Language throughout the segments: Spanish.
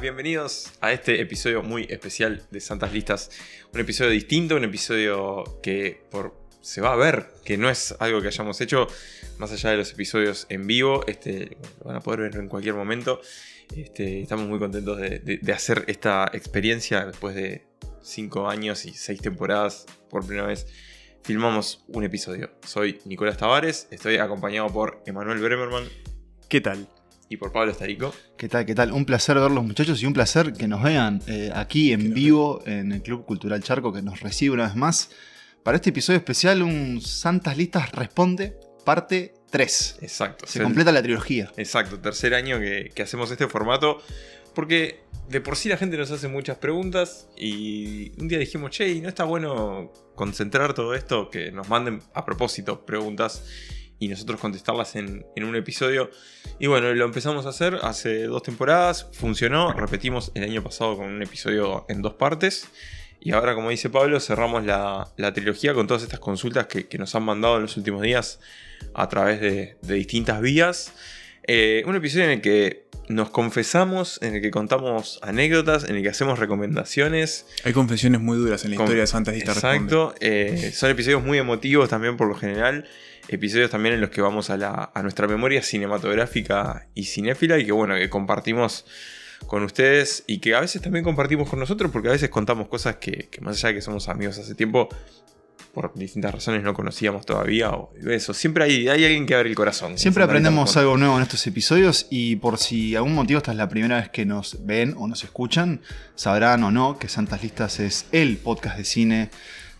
bienvenidos a este episodio muy especial de Santas Listas. Un episodio distinto, un episodio que por, se va a ver, que no es algo que hayamos hecho más allá de los episodios en vivo. Este, lo van a poder ver en cualquier momento. Este, estamos muy contentos de, de- de hacer esta experiencia después de cinco años y seis temporadas por primera vez. Filmamos un episodio. Soy Nicolás Tavares, estoy acompañado por Emanuel Bremerman ¿Qué tal? y por Pablo Estarico. ¿Qué tal? ¿Qué tal? Un placer verlos muchachos y un placer que nos vean eh, aquí en vivo en el Club Cultural Charco que nos recibe una vez más para este episodio especial un Santas Listas Responde parte 3. Exacto. Se es el- completa la trilogía. Exacto, tercer año que, que hacemos este formato. Porque de por sí la gente nos hace muchas preguntas y un día dijimos, che, ¿y no está bueno concentrar todo esto? Que nos manden a propósito preguntas y nosotros contestarlas en, en un episodio. Y bueno, lo empezamos a hacer hace dos temporadas, funcionó, repetimos el año pasado con un episodio en dos partes. Y ahora, como dice Pablo, cerramos la, la trilogía con todas estas consultas que, que nos han mandado en los últimos días a través de, de distintas vías. Eh, un episodio en el que nos confesamos, en el que contamos anécdotas, en el que hacemos recomendaciones. Hay confesiones muy duras en la Con- historia de Santas Listas Responde. Exacto. eh, son episodios muy emotivos también por lo general. Episodios también en los que vamos a, la- a nuestra memoria cinematográfica y cinéfila y que bueno, que compartimos con ustedes y que a veces también compartimos con nosotros porque a veces contamos cosas que, que más allá de que somos amigos hace tiempo, por distintas razones no conocíamos todavía o eso. Siempre hay, hay alguien que abre el corazón. Santa Siempre Rita aprendemos Responde. algo nuevo en estos episodios y por si algún motivo esta es la primera vez que nos ven o nos escuchan, sabrán o no que Santas Listas es el podcast de cine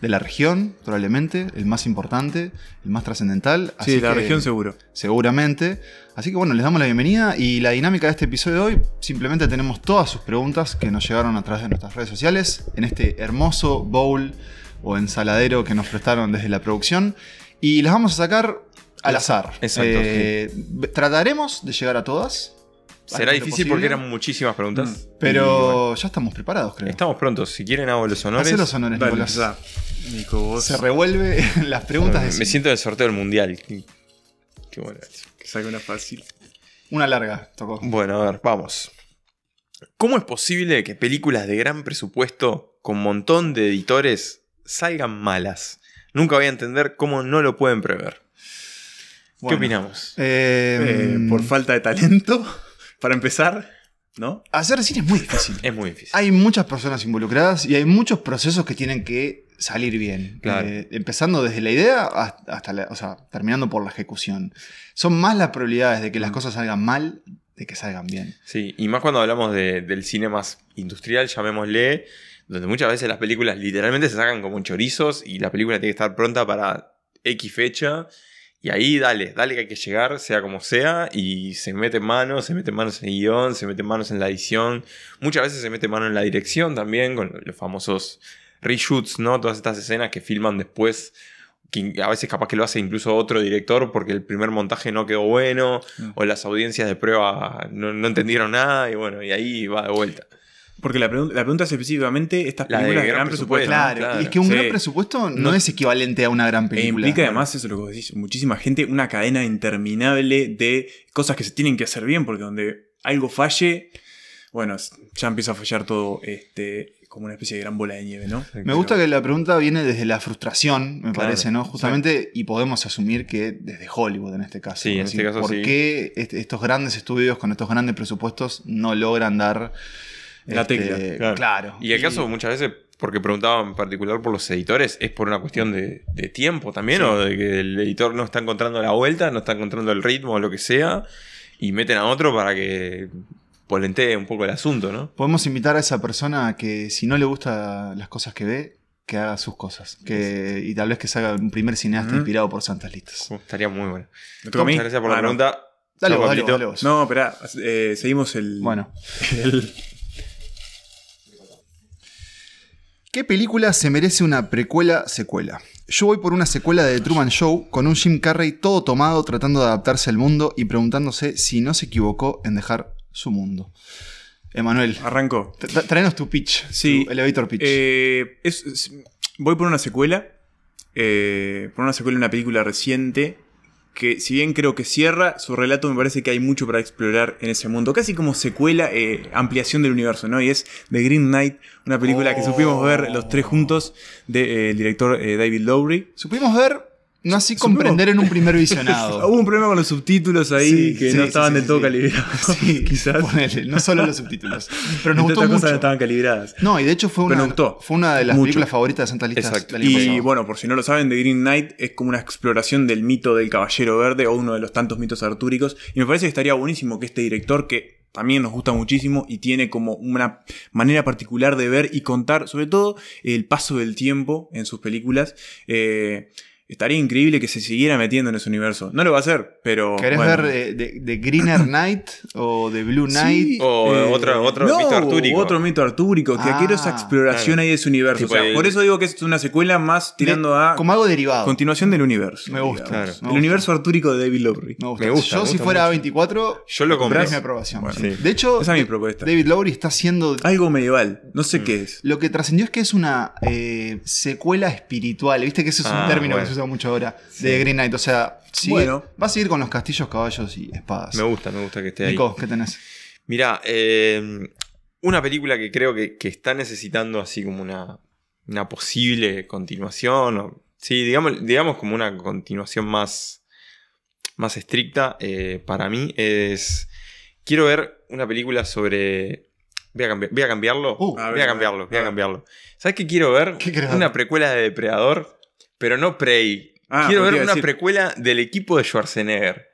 de la región, probablemente, el más importante, el más trascendental. Sí, así de la que- región seguro. seguramente. Así que bueno, les damos la bienvenida y la dinámica de este episodio de hoy, simplemente tenemos todas sus preguntas que nos llegaron a través de nuestras redes sociales, en este hermoso bowl o ensaladero que nos prestaron desde la producción, y las vamos a sacar al azar. Exacto, Eh, Trataremos de llegar a todas. Será Haremos lo difícil porque posible, Mm, eran muchísimas preguntas. Pero y bueno, ya estamos preparados, creo. estamos prontos. Si quieren hago los honores. Hacé los honores, Dale, Nicolás. empezá. Nico, vos. Se revuelve las preguntas de Eh, Me siempre. siento en el sorteo del mundial. Qué- qué bueno. Que saca una fácil. Una larga, tocó. Bueno, a ver, vamos. ¿Cómo es posible que películas de gran presupuesto con montón de editores salgan malas? Nunca voy a entender cómo no lo pueden prever. ¿Qué Bueno, opinamos? eh, Eh, por falta de talento, para empezar, ¿no? Hacer cine es muy difícil. Es muy difícil. Hay muchas personas involucradas y hay muchos procesos que tienen que salir bien. Claro. Eh, empezando desde la idea hasta, hasta la- o sea, terminando por la ejecución. Son más las probabilidades de que las Mm. cosas salgan mal de que salgan bien. Sí, y más cuando hablamos de- del cine más industrial, llamémosle, donde muchas veces las películas literalmente se sacan como chorizos y la película tiene que estar pronta para X fecha. Y ahí dale, dale que hay que llegar, sea como sea, y se mete manos, se mete manos en el guión, se mete manos en la edición, muchas veces se mete mano en la dirección también, con los famosos reshoots, ¿no? Todas estas escenas que filman después, que a veces capaz que lo hace incluso otro director porque el primer montaje no quedó bueno, Mm. o las audiencias de prueba no, no entendieron nada, y bueno, y ahí va de vuelta. Porque la, pregun- la pregunta es específicamente estas La de películas de gran, presupuesto. Claro, Claro, claro. y es que un Sí. gran presupuesto no, No- es equivalente a una gran E película. implica además, eso es lo que vos decís, muchísima gente, una cadena interminable de cosas que se tienen que hacer bien, porque donde algo falle, bueno, ya empieza a fallar todo este, como una especie de gran bola de nieve, ¿no? Me gusta que la pregunta viene desde la frustración, me Claro, parece, ¿no? Justamente, y podemos asumir que desde Hollywood en este caso. Sí, en Es este caso ¿Por sí. qué est- estos grandes estudios con estos grandes presupuestos no logran dar. este, La tecla, claro. Claro. Y el caso muchas veces, porque preguntaba en particular por los editores, ¿es por una cuestión de, de tiempo también? Sí. ¿O de que el editor no está encontrando la vuelta, no está encontrando el ritmo o lo que sea? Y meten a otro para que polentee un poco el asunto, ¿no? Podemos invitar a esa persona a que si no le gusta las cosas que ve, que haga sus cosas. Que, y tal vez que salga un primer cineasta Ujú. inspirado por Santas Listas. Estaría muy bueno. ¿Me toca a mí? Muchas gracias por Ah, la no. pregunta. Dale Chao, vos, dale vos, Pablito. dale vos. No, espera, seguimos el. Bueno. el- ¿Qué película se merece una precuela-secuela? Yo voy por una secuela de The Truman Show con un Jim Carrey todo tomado tratando de adaptarse al mundo y preguntándose si no se equivocó en dejar su mundo. Emanuel, arrancó. tra- traenos tu pitch, Sí. tu elevator pitch. Eh, es- es- voy por una secuela. eh, por una secuela de una película reciente que si bien creo que cierra, su relato me parece que hay mucho para explorar en ese mundo. Casi como secuela, eh, ampliación del universo, ¿no? Y es The Green Knight, una película que supimos ver los tres juntos del director eh, David Lowry. Supimos ver, no así Supimos- comprender en un primer visionado. Hubo un problema con los subtítulos ahí Sí, que sí, no sí, estaban sí, del sí, todo sí. calibrados. Sí, quizás. Ponele, no solo los subtítulos. Pero nos gustó Entre otras cosas no mucho. estaban calibradas. No, y de hecho fue una, Pero nos gustó. fue una de las Mucho. películas favoritas de Santa Listas Exacto. del año Y pasado. bueno, por si no lo saben, The Green Knight es como una exploración del mito del Caballero Verde o uno de los tantos mitos artúricos. Y me parece que estaría buenísimo que este director, que también nos gusta muchísimo y tiene como una manera particular de ver y contar, sobre todo el paso del tiempo en sus películas, eh, estaría increíble que se siguiera metiendo en ese universo. No lo va a hacer, pero... ¿Querés bueno. ver eh, de, de Greener Knight o de Blue Knight? Sí, eh, O otra- otro no, mito artúrico. Otro mito artúrico. Que Ah, quiero esa exploración claro. ahí de su universo. Tipo O sea, el- por eso digo que es una secuela más tirando De- a Como algo derivado. Continuación del universo. Me gusta. Claro. me El gusta, universo artúrico de David Lowry. Me gusta. Me gusta, Yo, me si gusta fuera mucho. A24, Yo lo compré. es mi aprobación. Bueno, sí. sí. De hecho, Esa es mi propuesta. David Lowry está haciendo. Ah. Algo medieval. No Mm. sé qué es. Lo que trascendió es que es una eh, secuela espiritual. Viste que ese es un Ah, término bueno. que se usa mucho ahora de Green Knight. O sea, sigue- Bueno. va a seguir con los castillos, caballos y espadas. Me gusta, me gusta que esté ahí. Nico, ¿qué tenés? Mirá, eh, una película que creo que, que está necesitando así como una, una posible continuación. o- sí, digamos, digamos como una continuación más, más estricta eh, para mí es... Quiero ver una película sobre... Voy a, cambi- voy a cambiarlo. Uh, a voy ver, a cambiarlo, voy a a ver. cambiarlo. ¿Sabes qué quiero ver? ¿Qué querés ver? una precuela de Depredador, pero no Prey. Ah, quiero porque ver iba a una decir- precuela del equipo de Schwarzenegger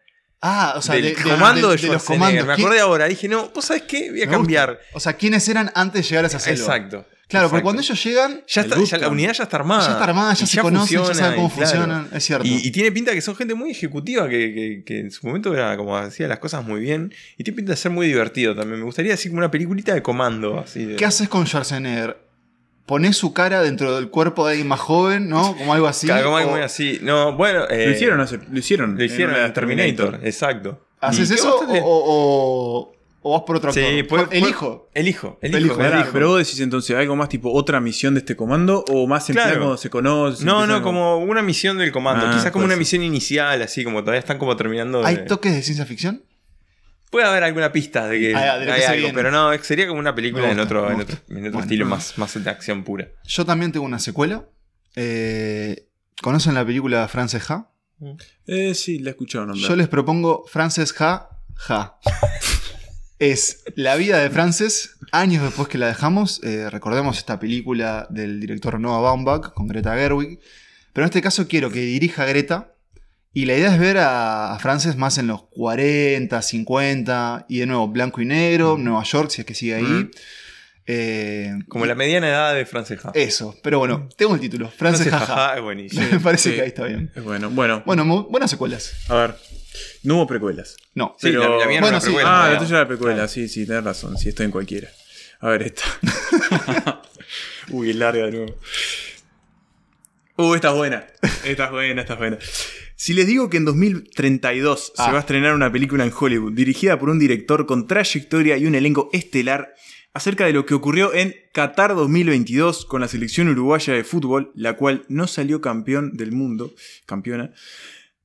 Ah, o sea, del de, de- comando de, de- de los Schwarzenegger. comandos. Me ¿Quién- acordé ahora, dije, no, ¿vos sabés qué? Voy a me cambiar. gusta? O sea, ¿quiénes eran antes de llegar a esa selva? Exacto. Claro, exacto. porque cuando ellos llegan, Ya, El está- ya la bootcamp. unidad ya está armada. ya está armada, ya Y se conocen, ya funciona, saben cómo y claro. funcionan. Es cierto. Y, y tiene pinta que son gente muy ejecutiva que, que- que en su momento era como hacía las cosas muy bien. Y tiene pinta de ser muy divertido también. Me gustaría así como una peliculita de comando. Así de- ¿Qué haces con Schwarzenegger? ¿Pones su cara dentro del cuerpo de alguien más joven, no? Como algo así. Claro, como algo o muy así. No, bueno. eh, Lo hicieron hace- Lo hicieron. Lo hicieron en una en Terminator. Exacto. ¿Haces Y- eso o, o- o vas por otro actor? Sí, puede- puede- Elijo. Elijo, elijo, Elijo, elijo. Pará, pero vos decís entonces algo más tipo otra misión de este comando o más en Claro. plan cuando se conoce. No, empiezan no, como una misión del comando. Ah, Quizás como puede una ser. misión inicial, así como todavía están como terminando. de- ¿Hay toques de ciencia ficción? Puede haber alguna pista de que Ah, de lo que hay se algo, viene. pero no, es- sería como una película Me en gusta, otro, me en gusta. otro, en otro Bueno. estilo más, más de acción pura. Yo también tengo una secuela. Eh, ¿Conocen la película Frances Ha? Eh, sí, la he escuchado nombrar. Yo les propongo Frances Ha, Ha. Es la vida de Frances años después que la dejamos. Eh, recordemos esta película del director Noah Baumbach con Greta Gerwig. Pero en este caso quiero que dirija Greta. Y la idea es ver a, a Frances más en los 40, 50. Y de nuevo, blanco y negro, Nueva York, si es que sigue ahí. Mm. Eh, Como la mediana edad de Frances Ha. Eso. Pero Mm. bueno, tengo el título. Eh, Frances Frances Ha, Ha. es buenísimo. Me parece Sí. que ahí está bien. Es bueno, bueno, Bueno, mu- buenas secuelas. A ver. No hubo precuelas. No. Sí, Pero- la, la mía era Bueno, una sí. precuela, ah, la digamos. tuya era la precuela, sí, sí, tenés razón, sí, estoy en cualquiera. A ver, esta. Uy, es larga de nuevo. Uh, esta es buena. Esta es buena, esta es buena. Si les digo que en 2032 Ah. se va a estrenar una película en Hollywood dirigida por un director con trayectoria y un elenco estelar acerca de lo que ocurrió en Qatar 2022 con la selección uruguaya de fútbol, la cual no salió campeón del mundo, campeona,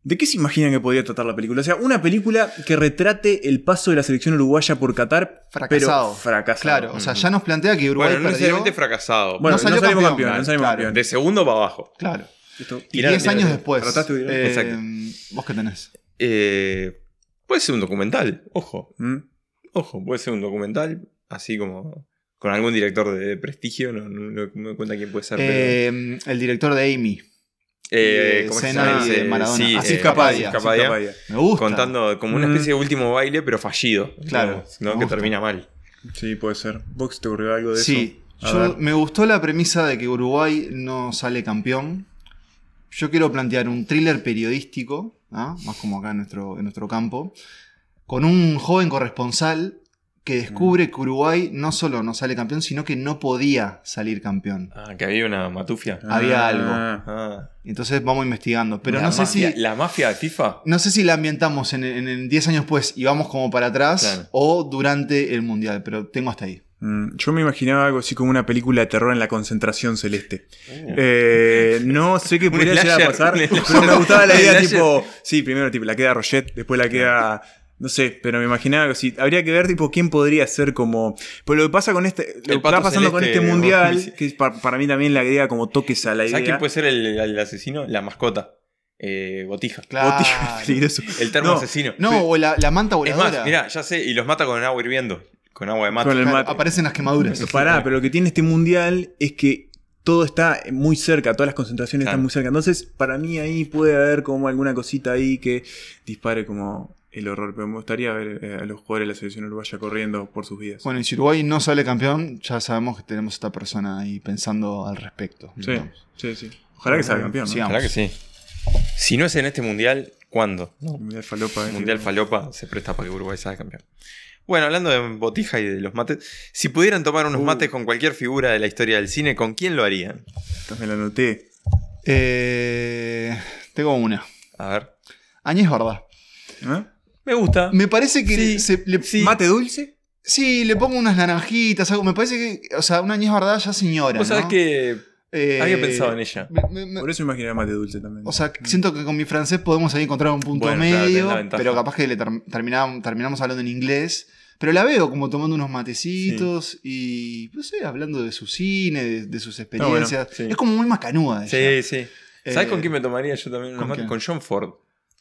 ¿De qué se imaginan que podría tratar la película? O sea, una película que retrate el paso de la selección uruguaya por Qatar, Fracasado. pero fracasado. Claro, o sea, ya nos plantea que Uruguay Bueno, no perdió. necesariamente fracasado. Bueno, no no, salió salimos campeón, campeones, no salimos claro. campeones. de segundo para abajo. Claro. Esto- Y Tirar- 10 tirar- años después. Trataste de- eh, Exacto. ¿Vos qué tenés? Eh, puede ser un documental, ojo, ¿Mm? ojo, puede ser un documental, así como con algún director de prestigio, no, no, no me doy cuenta quién puede ser. pero- Eh, el director de Amy. Eh, eh, ¿cómo se Cena llama? y de Eh, Maradona. Sí, Así eh, Capadia. Asís Capadia. Capadia. Me gusta. Contando como una Mm. especie de último baile, pero fallido. Claro, digamos, ¿no? me Que gusta. termina mal. Sí, puede ser. ¿Vox te ocurrió algo de Sí. eso? A Yo- ver. me gustó la premisa de que Uruguay no sale campeón. Yo quiero plantear un thriller periodístico, ¿ah? más como acá en nuestro, en nuestro campo, con un joven corresponsal que descubre que Uruguay no solo no sale campeón, sino que no podía salir campeón. Ah, que había una matufia. Ah, había algo. Ah. Entonces vamos investigando. Pero La no sé si. mafia- ¿La mafia de FIFA? No sé si la ambientamos en, en- en 10 años después y vamos pues, como para atrás Claro. o durante el mundial, pero tengo hasta ahí. Mm, Yo me imaginaba algo así como una película de terror en la concentración celeste. Uh. Eh, no sé qué Un podría llegar a slasher, pasar, un pero slasher. me gustaba la Un idea slasher. tipo, sí, primero tipo, la queda Roget, después la queda, no sé, pero me imaginaba algo así. Habría que ver tipo quién podría ser como... Pero lo que pasa con este, lo que El pato está pasando con celeste, este Rob mundial, Wilson. que es pa- para, mí también le agrega como toques a la idea. ¿Sabes quién puede ser el, el asesino? La mascota. Eh, botija. Botín, Claro. peligroso. El termo No, asesino. No, o la, la manta es voladora. más, mirá, ya sé, y los mata con agua hirviendo. Con agua de mate. Con el Claro, mate. Aparecen las quemaduras. Pará, pero lo que tiene este mundial es que todo está muy cerca, todas las concentraciones Claro. están muy cerca. Entonces, para mí ahí puede haber como alguna cosita ahí que dispare como el horror. Pero me gustaría ver eh, a los jugadores de la selección uruguaya corriendo por sus vidas. Bueno, y si Uruguay no sale campeón, ya sabemos que tenemos esta persona ahí pensando al respecto. sí, digamos. sí, sí. Ojalá que salga campeón, ¿no? Sigamos. Ojalá que sí. Si no es en este mundial, ¿cuándo? El Mundial falopa. eh. El mundial falopa se presta para que Uruguay salga campeón. Bueno, hablando de botija y de los mates, si pudieran tomar unos Uh. mates con cualquier figura de la historia del cine, ¿con quién lo harían? También lo anoté. Eh, tengo una. A ver. Añez Barda. ¿Ah? Me gusta. Me parece que Sí, se- le, sí. ¿Mate dulce? sí, le pongo unas naranjitas, algo. Me parece que, o sea, una Añez Barda ya señora. Vos sabés ¿no? que Eh, había pensado en ella. me- me- me- Por eso imaginaba mate dulce también. o sea, siento que con mi francés podemos ahí encontrar un punto Bueno, claro, tenés medio, la ventaja. pero capaz que le ter- terminam- terminamos hablando en inglés. Pero la veo como tomando unos matecitos y, no sé, hablando de su cine, de, de sus bueno, experiencias. sí. Es como muy macanúa. Sí, ella. sí. ¿Sabés Eh, con quién me tomaría yo también unos ¿con mates? quién? Con John Ford.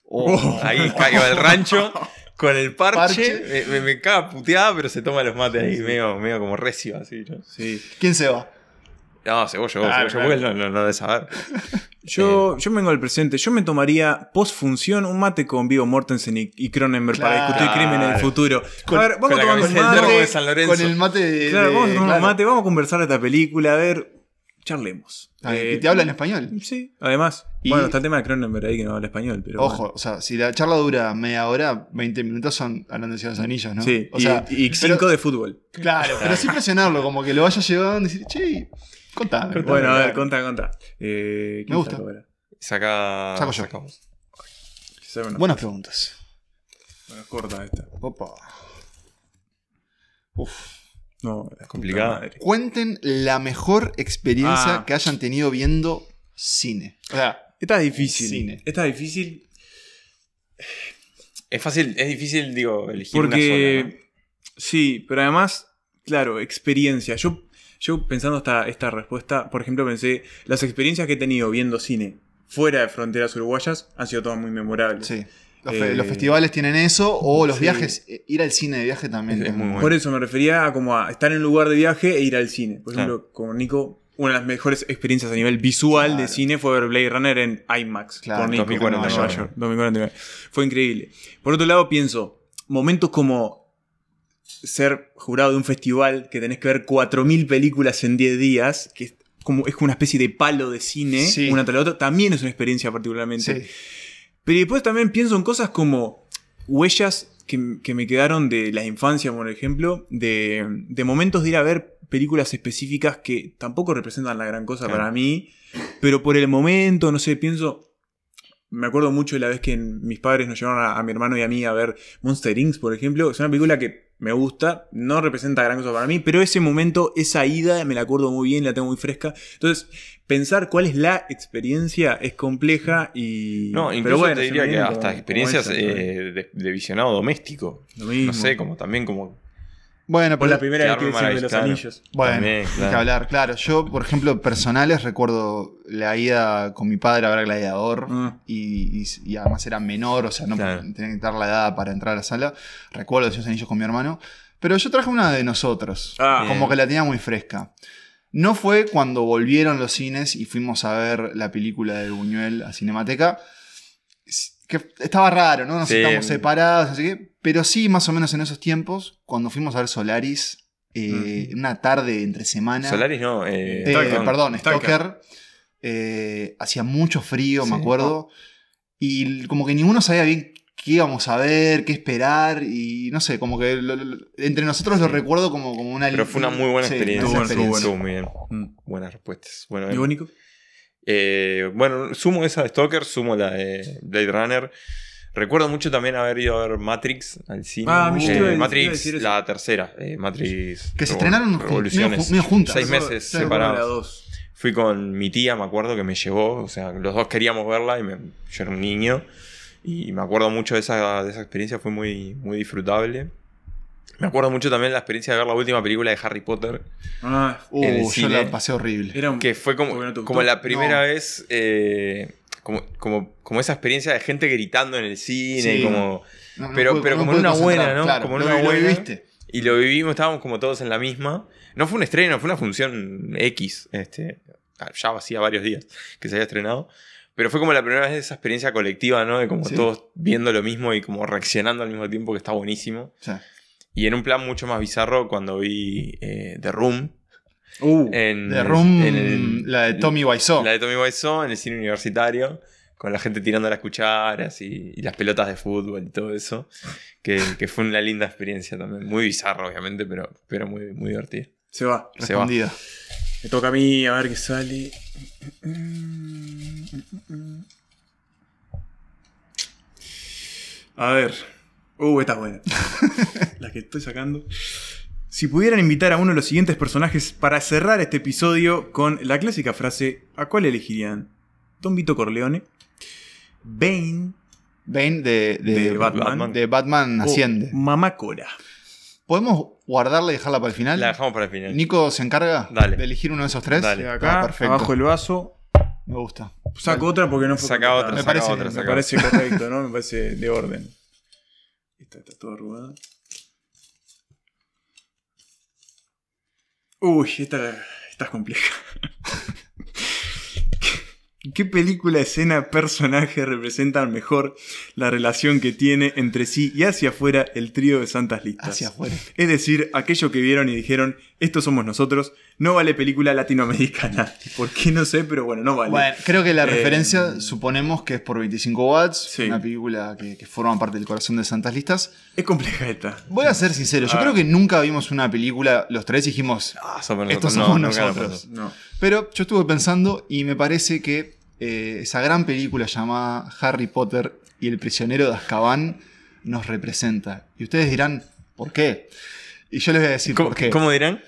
Oh. Ahí caigo al rancho con el parche. Parche. Me, me, me caga puteada, pero se toma los mates ahí, medio, medio como recio, así, ¿no? Sí. ¿Quién se va? No, cebollo, Ah, vos, Claro, cebollo, vos no, no, no de saber. Yo, Eh. yo vengo al presente. Yo me tomaría post función un mate con Vigo Mortensen y, y Cronenberg para Claro. discutir crimen en el futuro. Con- a ver, Con vamos la a tomar un camisa del Dortmund de mate. San Lorenzo. Con el mate de. Claro, de- vamos a tomar claro. un mate, vamos a conversar de esta película, a ver, charlemos. Ah, y- Eh, y te habla en español. Sí, además. Y- Bueno, está el tema de Cronenberg ahí que no habla español, pero. Ojo, o sea, si la charla dura media hora, 20 minutos son hablando de Ciudadanos Anillos, ¿no? bueno. Sí, o y- sea, y, cinco de fútbol. claro, pero sí presionarlo, como que lo vaya llevando y decir, che, contame. contame". Bueno, a ver, conta, conta. Eh, ¿quién Me gusta. saca ahora? Saca. Saco yo. saca vos. Que sabe una- Buenas preguntas. una corta esta. Opa. Uf. No, la Complicada. puta madre. Cuenten la mejor experiencia Ah. que hayan tenido viendo cine. O sea, Esta es difícil. Cine. Esta es difícil Es fácil, es difícil, digo, elegir Porque. una sola. Sí, pero además, claro, experiencia. Yo, yo pensando esta, esta respuesta, por ejemplo, pensé, las experiencias que he tenido viendo cine fuera de fronteras uruguayas han sido todas muy memorables. sí. Los, fe- Eh, los festivales tienen eso, o los sí. viajes. eh, Ir al cine de viaje también. Es- es ¿no? muy bueno. Por eso me refería a como a estar en un lugar de viaje e ir al cine. Por Claro. ejemplo, con Nico, una de las mejores experiencias a nivel visual de Claro. cine fue ver Blade Runner en IMAX. Claro, con Nico, 2049. en Nueva York, 2049. Fue increíble. Por otro lado, pienso, momentos como ser jurado de un festival que tenés que ver 4.000 películas en 10 días, que es como, es como una especie de palo de cine, Sí. una tras la otra, también es una experiencia particularmente. Sí. Pero después también pienso en cosas como huellas que, que me quedaron de la infancia, por ejemplo, de, de momentos de ir a ver películas específicas que tampoco representan la gran cosa Claro. para mí, pero por el momento, no sé, pienso... Me acuerdo mucho de la vez que en- mis padres nos llevaron a, a mi hermano y a mí a ver Monster Inc., por ejemplo. Es una película que me gusta, no representa gran cosa para mí, pero ese momento, esa ida, me la acuerdo muy bien, la tengo muy fresca. Entonces, pensar cuál es la experiencia es compleja y. No, pero incluso bueno, te se me diría que viene hasta como- experiencias como esa, ¿no? eh, de, de visionado doméstico. Lo mismo. No sé, como también como. Bueno, Por pero la primera vez que Quedarme hice de los maravillado. anillos. Bueno, También, hay claro. que hablar, claro. Yo, por ejemplo, personales recuerdo la ida con mi padre a ver Gladiador. Mm. Y, y- y además era menor, o sea, no Claro. tenía que estar la edad para entrar a la sala. Recuerdo esos anillos con mi hermano. Pero yo traje una de nosotros. Ah. como Bien. que la tenía muy fresca. No fue cuando volvieron los cines y fuimos a ver la película de Buñuel a Cinemateca. S- Que estaba raro, ¿no? Nos Sí. estábamos separados, así que. Pero sí, más o menos en esos tiempos, cuando fuimos a ver Solaris, eh, una tarde entre semana. Solaris no. eh, Eh, Stalker. perdón, Stalker. Stalker. Eh, hacía mucho frío, me Sí. acuerdo. Y l- como que ninguno sabía bien qué íbamos a ver, qué esperar. Y no sé, como que lo- lo- entre nosotros lo Sí. recuerdo como, como una. Pero fue una muy buena sí, experiencia. una Estuvo experiencia. bueno, Estuvo muy bien. Mm. Buenas respuestas. Bueno, ¿Y eh, vos, Nico? eh, bueno, sumo esa de Stalker, sumo la de Blade Runner. Recuerdo mucho también haber ido a ver Matrix al cine. Ah, mira, Eh, te iba a- te iba a Matrix, decir eso. la tercera. eh, Matrix. Que se Revol- estrenaron ju- medio Revoluciones. ju- medio juntas. Seis Yo- meses yo recuerdo separados. la dos. Fui con mi tía, me acuerdo, que me llevó. O sea, los dos queríamos verla y me- yo era un niño. Y me acuerdo mucho de esa, de esa experiencia, fue muy, muy disfrutable. Me acuerdo mucho también la experiencia de ver la última película de Harry Potter, Ah, Uh, en el yo cine. la pasé horrible. era un- que fue como, ¿Por qué no te gustó? como la primera No. vez, eh, como, como, como esa experiencia de gente gritando en el cine, Sí. como... No, no pero- pude- pero no como pude en una concentrar, buena, ¿no? claro, Como en lo- una lo buena. viviste. Y lo vivimos, estábamos como todos en la misma. No fue un estreno, fue una función X, este, ya hacía varios días que se había estrenado. Pero fue como la primera vez de esa experiencia colectiva, ¿no? De como Sí. todos viendo lo mismo y como reaccionando al mismo tiempo, que está buenísimo. O sea, Y en un plan mucho más bizarro cuando vi eh, The Room. Uh, En, The Room, Mm, en el- la de Tommy Wiseau. La de Tommy Wiseau en el cine universitario, con la gente tirando las cucharas y, y las pelotas de fútbol y todo eso. Que, que fue una linda experiencia también. Muy bizarro, obviamente, pero, pero muy, muy divertida. se va. se va. Respondida. Me toca a mí a ver qué sale. A ver. Uh, esta es buena. La que estoy sacando. Si pudieran invitar a uno de los siguientes personajes para cerrar este episodio con la clásica frase, ¿a cuál elegirían? Don Vito Corleone, Bane Bane de, de, de, de Batman, Batman, Batman. Uh, o asciende. Oh, Mamá Cora. ¿Podemos guardarla y dejarla para el final? La dejamos para el final. Ah, Nico se encarga Dale. de elegir uno de esos tres. Dale. Acá, Está Ah, perfecto. abajo el vaso, Me gusta. Saco otra porque no fue. Saca cortada. otra, Me saca parece otra, bien, saca Me parece correcto, ¿no? Me parece de orden. Esta está toda arrugada. Uy, esta, esta es compleja. ¿Qué- ¿Qué película, escena, personaje representan mejor la relación que tiene entre sí y hacia afuera el trío de Santas Listas? Hacia afuera. Es decir, aquello que vieron y dijeron, esto somos nosotros, no vale película latinoamericana. ¿Por qué no sé? Pero bueno, no vale. Bueno, creo que la Eh, referencia suponemos que es por 25 watts, Sí. una película que, que forma parte del corazón de Santas Listas. Es compleja esta. Voy a ser sincero, yo Ah. creo que nunca vimos una película, los tres dijimos, Ah, somos estos nosotros. somos No, nunca la nosotros. No. Pero yo estuve pensando y me parece que eh, esa gran película llamada Harry Potter y el prisionero de Azkaban nos representa. Y ustedes dirán, ¿por qué? Y yo les voy a decir ¿Cómo, por qué. cómo dirán?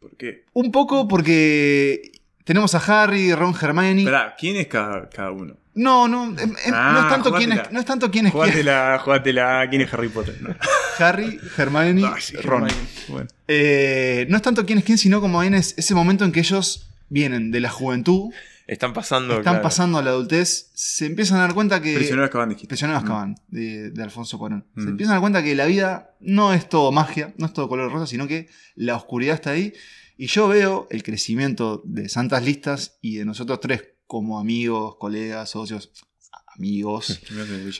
¿Por qué? Un poco porque tenemos a Harry, Ron Hermione. Esperá, ¿quién es cada, cada uno? No, no, em- em, Ah, no es tanto quién es, jugátela. no es tanto quién es quién. Jugátela, jugátela. ¿Quién es Harry Potter? No. Harry, Hermione, Ay, Ah, sí, Ron. Bueno. Eh, no es tanto quién es quién, sino como bien es ese momento en que ellos vienen de la juventud, Están pasando. están claro. pasando a la adultez, se empiezan a dar cuenta que. Prisionero acaban de Mm, Eh, quitar. Mm. Prisionero de Azkaban, de, de Alfonso Cuarón. Mm. Se empiezan a dar cuenta que la vida no es todo magia, no es todo color rosa, sino que la oscuridad está ahí. Y yo veo el crecimiento de Santas Listas y de nosotros tres como amigos, colegas, socios, amigos.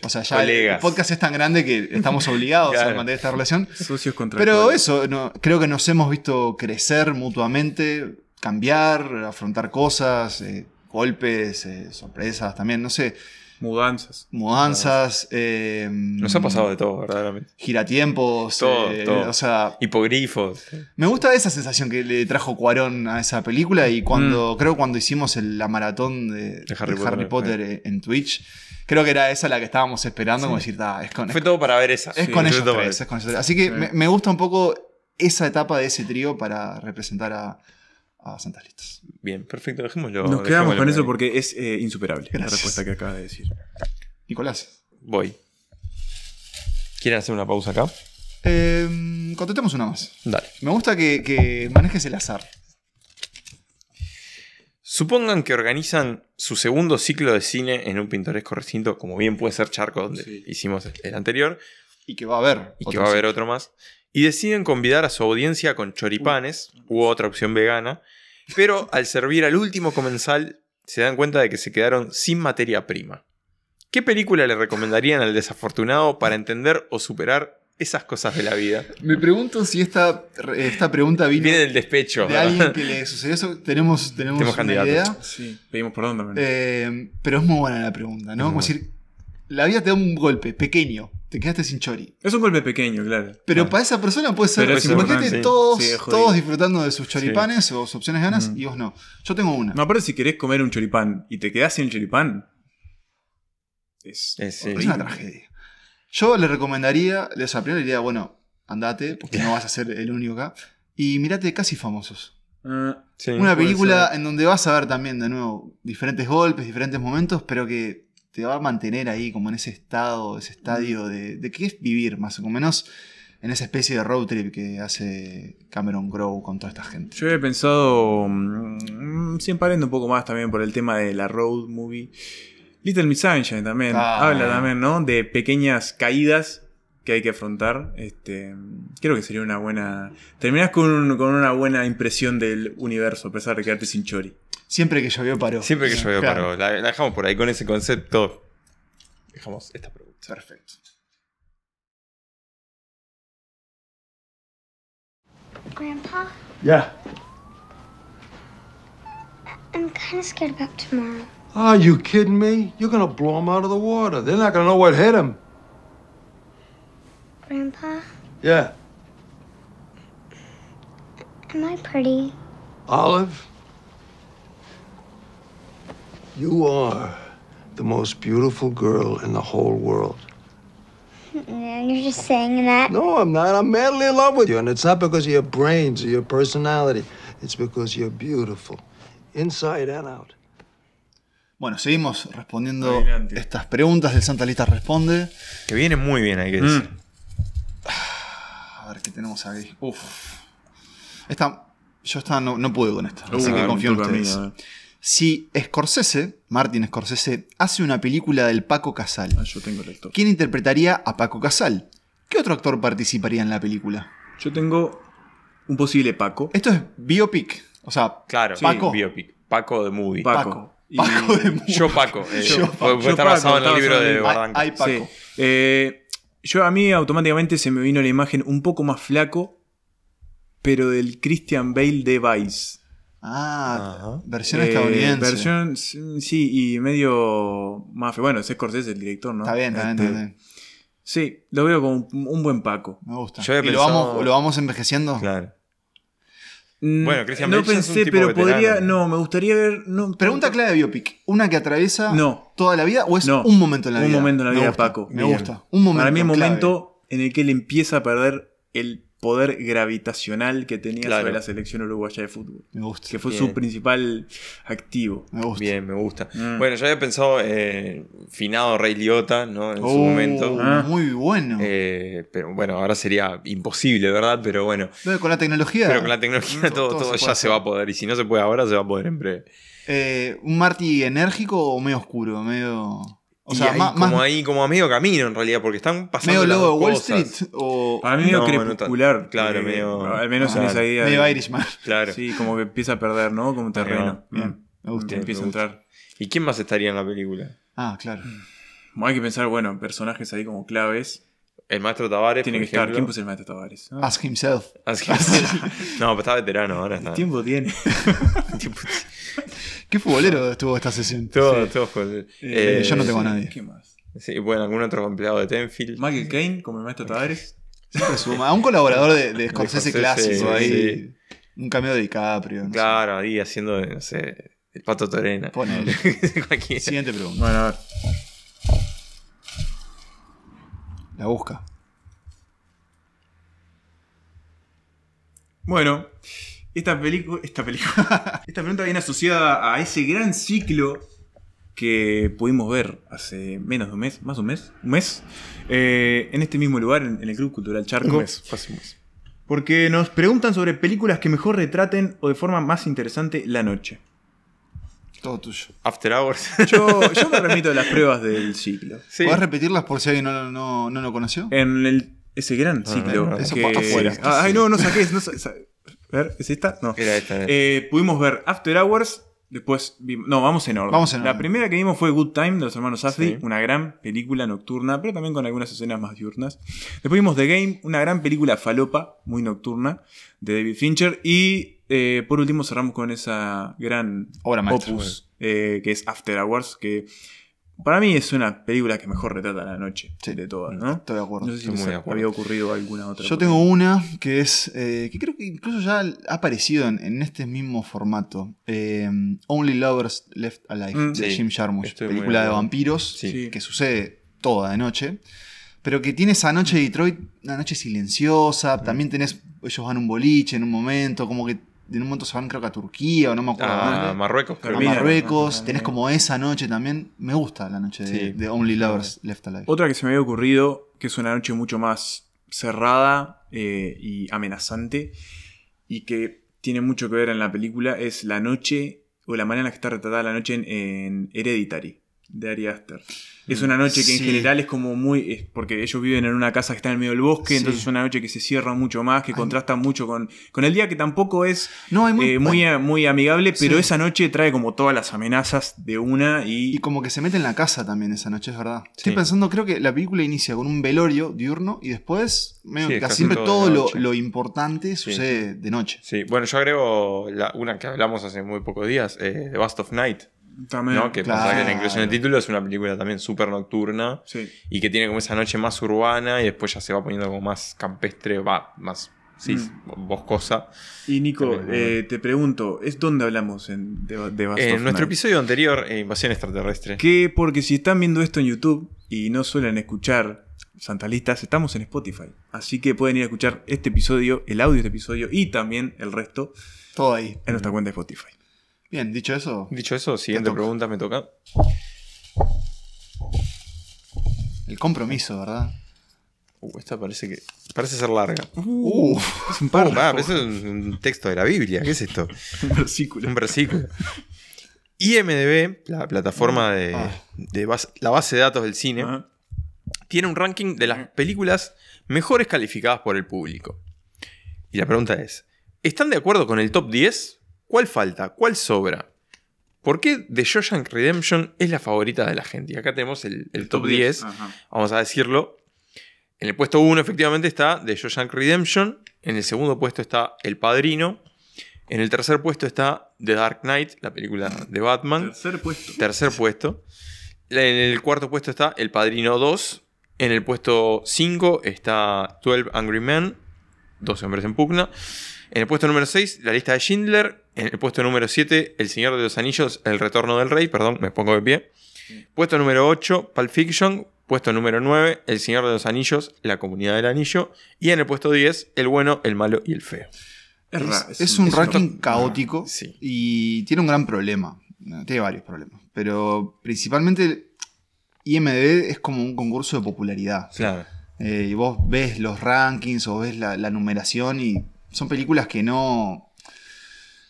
O sea, ya Colegas. el podcast es tan grande que estamos obligados Claro. a mantener esta relación. Socios contra Pero eso, no, creo que nos hemos visto crecer mutuamente, cambiar, afrontar cosas, eh, golpes, eh, sorpresas también, no sé, Mudanzas. mudanzas. eh, Nos ha pasado de todo, verdaderamente. Giratiempos. Todo, eh, todo. O sea, Hipogrifos. me gusta esa sensación que le trajo Cuarón a esa película y cuando, creo cuando hicimos el- la maratón de, Mm. De Harry de Harry Potter, Potter eh, en Twitch, creo que era esa la que estábamos esperando, Sí. como decir, "Ah, es con, Fue todo para ver esa. es Sí, con fue ellos todo para tres, ver. es con ellos tres. Así que Sí. me, me gusta un poco esa etapa de ese trío para representar a, a Santas Listas. Bien, perfecto, dejémoslo. Nos quedamos dejémoslo con eso por ahí. porque es eh, insuperable la Gracias. respuesta que acabas de decir. Nicolás. Voy. ¿Quieren hacer una pausa acá? eh, contestemos una más. Dale. Me gusta que, que manejes el azar. Supongan que organizan su segundo ciclo de cine en un pintoresco recinto, como bien puede ser Charco, donde Sí. hicimos el- el anterior, Y que va a haber. y que otro va a haber ciclo. otro más, y deciden convidar a su audiencia con choripanes Uh. u otra opción vegana, pero al servir al último comensal se dan cuenta de que se quedaron sin materia prima. ¿Qué película le recomendarían al desafortunado para entender o superar esas cosas de la vida? Me pregunto si esta, esta pregunta vino Viene del despecho. de ¿verdad? alguien que le sucedió eso. Tenemos, tenemos, Tenemos una candidatos. idea. Sí. Pedimos perdón también. Eh, pero es muy buena la pregunta, ¿no? Es Como muy decir, la vida te da un golpe pequeño. Te quedaste sin chori. es un golpe pequeño, claro. Pero Claro. para esa persona puede ser. Pero es Imagínate importante, sí. todos, Sí, es jodido. todos disfrutando de sus choripanes o sus opciones ganas Mm. y vos no. Yo tengo una. No, pero si querés comer un choripán y te quedás sin el choripán. Es, Eh, sí. es horrible. una tragedia. Yo le recomendaría, o sea, primero le diría, bueno, andate, porque no vas a ser el único acá. Y mirate Casi Famosos. Ah, Sí, Una Eh, puede película ser. en donde vas a ver también, de nuevo, diferentes golpes, diferentes momentos, pero que te va a mantener ahí, como en ese estado, Mm. ese estadio de, de qué es vivir, más o menos, en esa especie de road trip que hace Cameron Crowe con toda esta gente. yo había pensado, mm, mm, separando un poco más también por el tema de la road movie. Little Miss Sunshine también, Ah. habla también, ¿no? De pequeñas caídas que hay que afrontar. Este, creo que sería una buena... Terminás con, un- con una buena impresión del universo, a pesar de quedarte sin chori. Siempre que llovió paró. Siempre que yo veo Claro. paro. La, la dejamos por ahí con ese concepto. Dejamos esta pregunta. Perfecto. Grandpa, Yeah. I'm kind of scared about tomorrow. Are you kidding me? You're gonna blow them out of the water. They're not gonna know what hit them. Grandpa, Yeah. am I pretty? Olive, you are the most beautiful girl in the whole world. No, you're just saying that. No, I'm not. I'm madly in love with you. And it's not because of your brains or your personality, it's because you're beautiful, inside and out. Bueno, seguimos respondiendo Adelante. estas preguntas del Santa Lista Responde. Que viene muy bien, hay que decir. Mm. A ver qué tenemos aquí. Uf. Esta, yo esta no, no pude con esta, así Uh, que me confío en toca a mí, ustedes. a ver. Si Scorsese, Martin Scorsese, hace una película del Paco Casal, Ah, yo tengo el actor. ¿quién interpretaría a Paco Casal? ¿Qué otro actor participaría en la película? Yo tengo un posible Paco. Esto es biopic, o sea, Claro, Sí. Paco. biopic. Paco de movie. Paco. Paco. Y- Paco de Mu- Yo Paco. eh, Yo fue- Paco. fue- Yo está Paco, basado en el está libro basado en de el- Barranca. Hay, hay Paco. Sí. Eh, yo a mí automáticamente se me vino la imagen un poco más flaco, pero del Christian Bale de Vice. Ah, Ajá. versión Eh, estadounidense. Versión, sí, y medio más fe- Bueno, es Scorsese el director, ¿no? Está bien, está bien, Este, está bien. Sí, lo veo como un un buen Paco. Me gusta. Yo había ¿Y lo pensado- vamos, lo vamos envejeciendo? Claro. Mm, Bueno, Christian No Bale ya es un pensé, tipo pero veterano. podría. No, me gustaría ver. No, Pregunta clave de biopic. ¿Una que atraviesa No. toda la vida o es No. un momento en la Un vida? momento en la Me vida de gusta, Paco. Me Bien. gusta. Un momento Para mí el clave. momento en el que él empieza a perder el poder gravitacional que tenía Claro. sobre la selección uruguaya de fútbol. Me gusta. Que fue Bien. su principal activo. Me gusta. Bien, me gusta. Mm. Bueno, yo había pensado eh, finado Rey Liotta, ¿no? En su Oh, momento. Ah. Muy bueno. Eh, pero bueno, ahora sería imposible, ¿verdad? Pero bueno. Bueno, con la tecnología. Pero con la tecnología Mm, todo, todo todo se ya puede se hacer. va a poder. Y si no se puede ahora, se va a poder en breve. Eh, ¿Un Marty enérgico o medio oscuro? Medio. O y sea, ahí, más, como más- ahí, como a medio camino en realidad, porque están pasando. medio las lobo dos de Wall cosas. Street o Para mí medio No, no tanto. crepuscular. Claro, eh, medio- Al menos claro. en esa idea. medio de- Irishman. Claro. Sí, como que empieza a perder, ¿no? Como terreno. Bien, Mm. me gusta. Te empieza a me gusta. entrar. ¿Y quién más estaría en la película? Ah, claro. Bueno, hay que pensar, bueno, personajes ahí como claves. El maestro Tavares. Tiene que por estar. ejemplo. ¿Quién puso el maestro Tavares? Ah, Ask himself. Así que- no, pero está veterano ahora. Está. tiempo tiene? Tiempo- Qué futbolero estuvo esta sesión. Todo, todo fue- Eh, yo no tengo a sí, nadie. ¿Qué más? sí, bueno, algún otro empleado de Tenfield. Michael Caine como el maestro Tavares. Siempre suma. A un colaborador de, de Scorsese Scorsese, clásico sí, ahí. sí. Un cameo de DiCaprio. no sé. Claro, ahí haciendo, no sé, el pato Torena. Ponele. Cualquiera. Siguiente pregunta. Bueno, a ver. La busca. Bueno, esta película. Esta película. esta pregunta viene asociada a ese gran ciclo que pudimos ver hace menos de un mes, más de un mes, un mes, eh, en este mismo lugar, en, en el Club Cultural Charco. Porque nos preguntan sobre películas que mejor retraten o de forma más interesante la noche. Todo tuyo. After Hours. Yo, yo me remito a las pruebas del ciclo. sí. ¿Podés repetirlas por si alguien no, no, no lo conoció? En el, ese gran ciclo. no, no, Ah, eso que- Ah, fue afuera. Ay, no, no saques. No, sa- sa- a ver, ¿es esta? No. Era esta. era esta. Eh, pudimos ver After Hours. Después vimos- No, vamos en orden. Vamos en La orden. primera que vimos fue Good Time de los hermanos Sí. Safdie, una gran película nocturna, pero también con algunas escenas más diurnas. Después vimos The Game, una gran película falopa, muy nocturna, de David Fincher. Y eh, por último cerramos con esa gran Obra maestra. opus eh, que es After Hours, que para mí es una película que mejor retrata la noche Sí. Mm. de todas, ¿no? Estoy de acuerdo. No sé si Estoy muy les de acuerdo. había ocurrido alguna otra. Yo tengo una que es. eh, que creo que incluso ya ha aparecido en, en este mismo formato. Eh, Only Lovers Left Alive, Mm. de Sí, Jim Jarmusch. estoy muy de Película de acuerdo. vampiros Sí. que sucede toda de noche. Pero que tiene esa noche de Detroit, una noche silenciosa. Mm. También tenés. Ellos van a un boliche en un momento, como que en un momento se van, creo que a Turquía o no me acuerdo. Ah, dónde. Marruecos, creo. a Mira, Marruecos. ah, tenés mira. como esa noche también. Me gusta la noche de, Sí. de Only Lovers Left Alive. Otra que se me había ocurrido, que es una noche mucho más cerrada eh, y amenazante, y que tiene mucho que ver en la película, es la noche o la manera en la que está retratada la noche en, en Hereditary, de Ari Aster. Es una noche que en Sí. general es como muy. es porque ellos viven en una casa que está en el medio del bosque, Sí. entonces es una noche que se cierra mucho más, que contrasta mucho con, con el día que tampoco es No, hay muy. eh, muy, muy, amigable, pero Sí. esa noche trae como todas las amenazas de una y. Y como que se mete en la casa también esa noche, es verdad. Estoy Sí. pensando, creo que la película inicia con un velorio diurno y después, medio Sí, que es casi casi siempre todo todo de lo, noche. lo importante sucede de noche. Sí, bueno, yo agrego la- una que hablamos hace muy pocos días, eh, The Bust of Night, también- ¿no? Que Claro. pensaba que la inclusión del título es una película también súper nocturna Sí. y que tiene como esa noche más urbana y después ya se va poniendo como más campestre, va, más, sí, Mm. boscosa. Y Nico, También, bueno. eh, te pregunto, ¿es dónde hablamos en, de, de Bast of En Eh, nuestro Night? episodio anterior, eh, Invasión Extraterrestre. Que porque si están viendo esto en YouTube y no suelen escuchar Santalistas, estamos en Spotify. Así que pueden ir a escuchar este episodio, el audio de este episodio y también el resto Todo ahí. en nuestra cuenta de Spotify. Bien, dicho eso, Dicho eso, siguiente toca. pregunta me toca. el compromiso, ¿verdad? Uh, esta parece que. Parece ser larga. Uh, Es un Pará, párrafo, eso es un un texto de la Biblia. ¿Qué es esto? un versículo. Un versículo. IMDB, la plataforma de, Ah. de base- la base de datos del cine, Ah, tiene un ranking de las películas mejores calificadas por el público. Y la pregunta es, ¿están de acuerdo con el top 10? ¿Cuál falta? ¿Cuál sobra? ¿Por qué The Shawshank Redemption es la favorita de la gente? Y acá tenemos el, el top ah. 10 Ajá. vamos a decirlo. En el puesto 1, efectivamente, está The Shawshank Redemption. En el segundo puesto está El Padrino. En el tercer puesto está The Dark Knight, la película de Batman. Tercer puesto. Tercer puesto. En el cuarto puesto está El Padrino 2. En el puesto 5 está 12 Angry Men, 12 hombres en pugna. En el puesto número 6, La lista de Schindler. En el puesto número 7, El Señor de los Anillos, El Retorno del Rey. Perdón, me pongo de pie. Puesto número 8, Pulp Fiction. Puesto número 9, El Señor de los Anillos, La Comunidad del Anillo. Y en el puesto 10, El Bueno, El Malo y El Feo. Es, ra- es, es un Ah, es ranking ra- caótico sí. y tiene un gran problema. No, Tiene varios problemas, pero principalmente IMDb es como un concurso de popularidad. Claro. Eh, y vos ves los rankings o ves la, la numeración y son películas que no.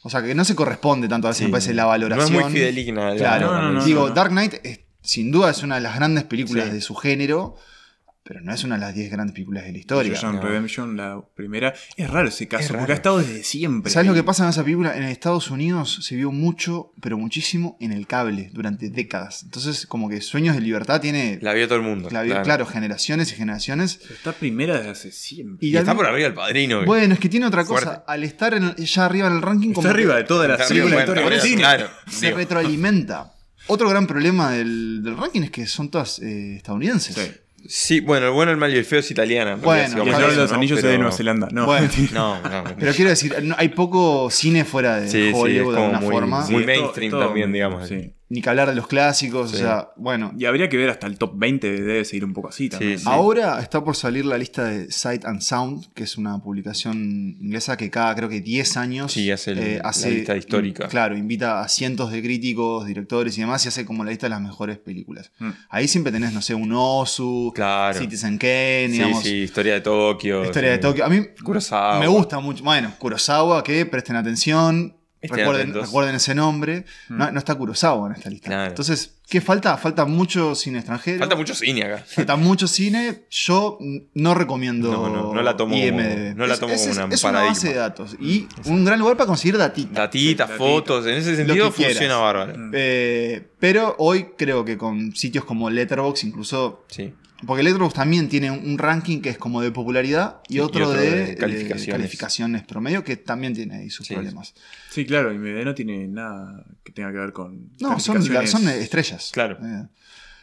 O sea, que no se corresponde tanto a veces, Sí. me parece, la valoración. No es muy fideligna. la- Claro, No, no, no, digo, no, no. Dark Knight es- sin duda es una de las grandes películas Sí. de su género, pero no es una de las 10 grandes películas de la historia. Shawshank No. Redemption, la primera. Es raro ese caso, Es porque raro. ha estado desde siempre. ¿Sabes lo ahí. que pasa en esa película? En Estados Unidos se vio mucho, pero muchísimo, en el cable durante décadas. Entonces, como que Sueños de Libertad tiene, La vio todo el mundo. la vio, claro. generaciones y generaciones. Pero Está primera desde hace siempre. Y Y está también- por arriba El Padrino. que- Bueno, es que tiene otra cosa. Fuerte. Al estar en- ya arriba en el ranking, Está como que arriba de todas las Está arriba, películas de bueno, historia del cine. Claro. se digo. retroalimenta. Otro gran problema del, del ranking es que son todas eh, estadounidenses. Sí. Sí, bueno, el bueno, el malo y el feo es italiana. en Bueno, realidad, si y El vamos Claro, a Señor de eso, los ¿no? Anillos es de Pero- Nueva Zelanda. No, Bueno. No, no. no. Pero quiero decir, no- hay poco cine fuera de Sí, sí, es Hollywood de como alguna muy- forma. muy- es todo- mainstream todo también, mainstream, digamos. sí. Ni que hablar de los clásicos. O Sí. sea, bueno. Y habría que ver hasta el top 20, debe seguir un poco así también. sí. Ahora está por salir la lista de Sight and Sound, que es una publicación inglesa que cada creo que 10 años eh, Sí, hace el- la lista histórica. in- Claro, invita a cientos de críticos, directores y demás y hace como la lista de las mejores películas. Mm. Ahí siempre tenés, no sé, un Osu, Claro. Citizen Kane, Sí, digamos, sí, historia de Tokio. Historia de sí. Tokio. A mí Kurosawa. me gusta mucho. Bueno, Kurosawa, que presten atención. Estén Recuerden, atentos. recuerden ese nombre. Mm. No, no está Kurosawa en esta lista. Claro. Entonces, ¿qué falta? Falta mucho cine extranjero. Falta mucho cine acá. Falta mucho cine. Yo n- no recomiendo No, no, no la tomo como- IMDb. no la Es- tomo es, como una- un es una paradigma. Mm, base de datos. Y un gran lugar para conseguir datitas. Datitas, Datita. fotos, en ese sentido que quieras. funciona bárbaro. Mm. Eh, pero hoy creo que con sitios como Letterboxd, incluso. Sí. Porque Letterboxd también tiene un- un ranking que es como de popularidad y otro, otro de, de eh, calificaciones. calificaciones promedio, que también tiene ahí sus Sí. problemas. Sí, claro, y mi no tiene nada que tenga que ver con. No, son, calificaciones. son estrellas. Claro. Eh,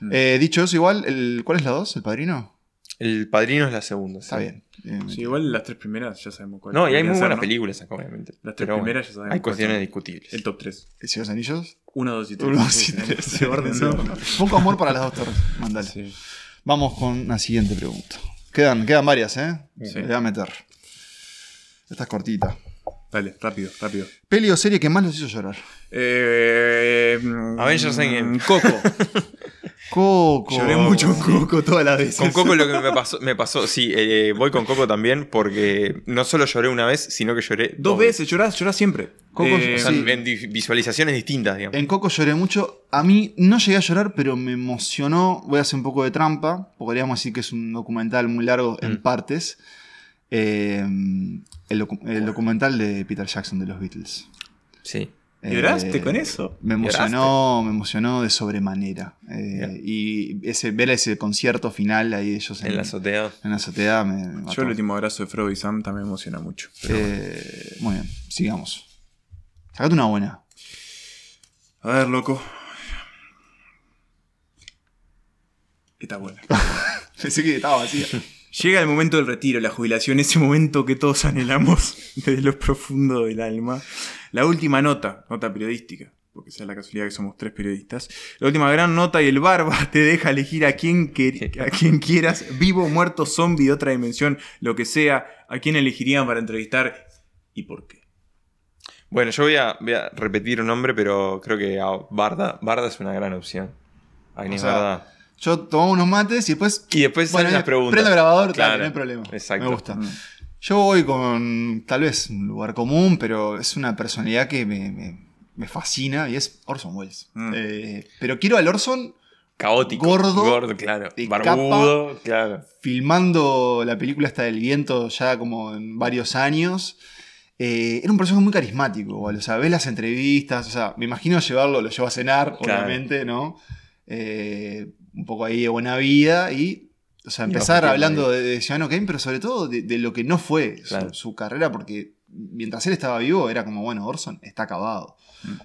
Mm. eh, dicho eso, igual, el, ¿cuál es la 2? ¿El padrino? El padrino es la segunda. sí. Está bien. Eh, Sí, igual las tres primeras ya sabemos cuáles. No, y hay podrían muy ser, buenas ¿no? películas acá, obviamente. Las tres Pero bueno, primeras ya sabemos. Hay cuestiones cuáles discutibles. son. El top 3. ¿El Señor de los Anillos? 1, 2 y 3. Uno, dos y tres. orden, Poco amor para las dos torres. Mandale. Sí. Vamos con la siguiente pregunta. Quedan, quedan varias, ¿eh? Sí. Le voy a meter. Esta es cortita. Dale, rápido, rápido. Peli o serie que más los hizo llorar. Eh, mm, Avengers Endgame. Coco. Coco. Lloré mucho con Coco todas las veces. Con Coco lo que me pasó, me pasó sí, eh, voy con Coco también porque no solo lloré una vez, sino que lloré Dos veces, llorás, llorás siempre. Coco, O Eh, sea, sí. en di- visualizaciones distintas, digamos. En Coco lloré mucho. A mí no llegué a llorar, pero me emocionó. Voy a hacer un poco de trampa. Podríamos decir que es un documental muy largo en Mm. partes. Eh, el, docu- el documental de Peter Jackson de los Beatles. Sí. Eh, ¿Lloraste con eso? Me emocionó, me emocionó de sobremanera. Eh, Ya. Y ese, ver ese concierto final ahí de ellos en, En la azotea. en la azotea me, me mató. Yo el último abrazo de Frodo y Sam también me emociona mucho. Eh, muy bien, sigamos. Sacate una buena. A ver, loco. Está buena. Pensé que estaba vacía. Llega el momento del retiro, la jubilación, ese momento que todos anhelamos desde lo profundo del alma. La última nota, nota periodística, porque sea la casualidad que somos tres periodistas. La última gran nota y el barba te deja elegir a quien, que- a quien quieras, vivo, muerto, zombie, de otra dimensión, lo que sea, a quién elegirían para entrevistar y por qué. Bueno, yo voy a, voy a repetir un nombre, pero creo que a Barda, Barda es una gran opción. Agnes O sea, Barda. Yo tomaba unos mates y después. Y después Bueno, salen las preguntas. prendo el Claro, grabador, claro, no hay problema. exacto. Mm. Me gusta. Yo voy con tal vez un lugar común, pero es una personalidad que me, me- me fascina y es Orson Welles. Mm. Eh, pero quiero al Orson Caótico. Gordo, Gordo, claro. de Barbudo, claro. filmando la película esta del viento ya como en varios años. Eh, era un personaje muy carismático, igual, o sea, ves las entrevistas, o sea, me imagino llevarlo, lo llevo a cenar, Claro. obviamente, ¿no? Eh, un poco ahí de buena vida y, o sea, Y empezar objetivo, hablando de, de Ciudadano Kane, pero sobre todo de, de lo que no fue su- Claro. su, carrera, porque mientras él estaba vivo era como, bueno, Orson está acabado.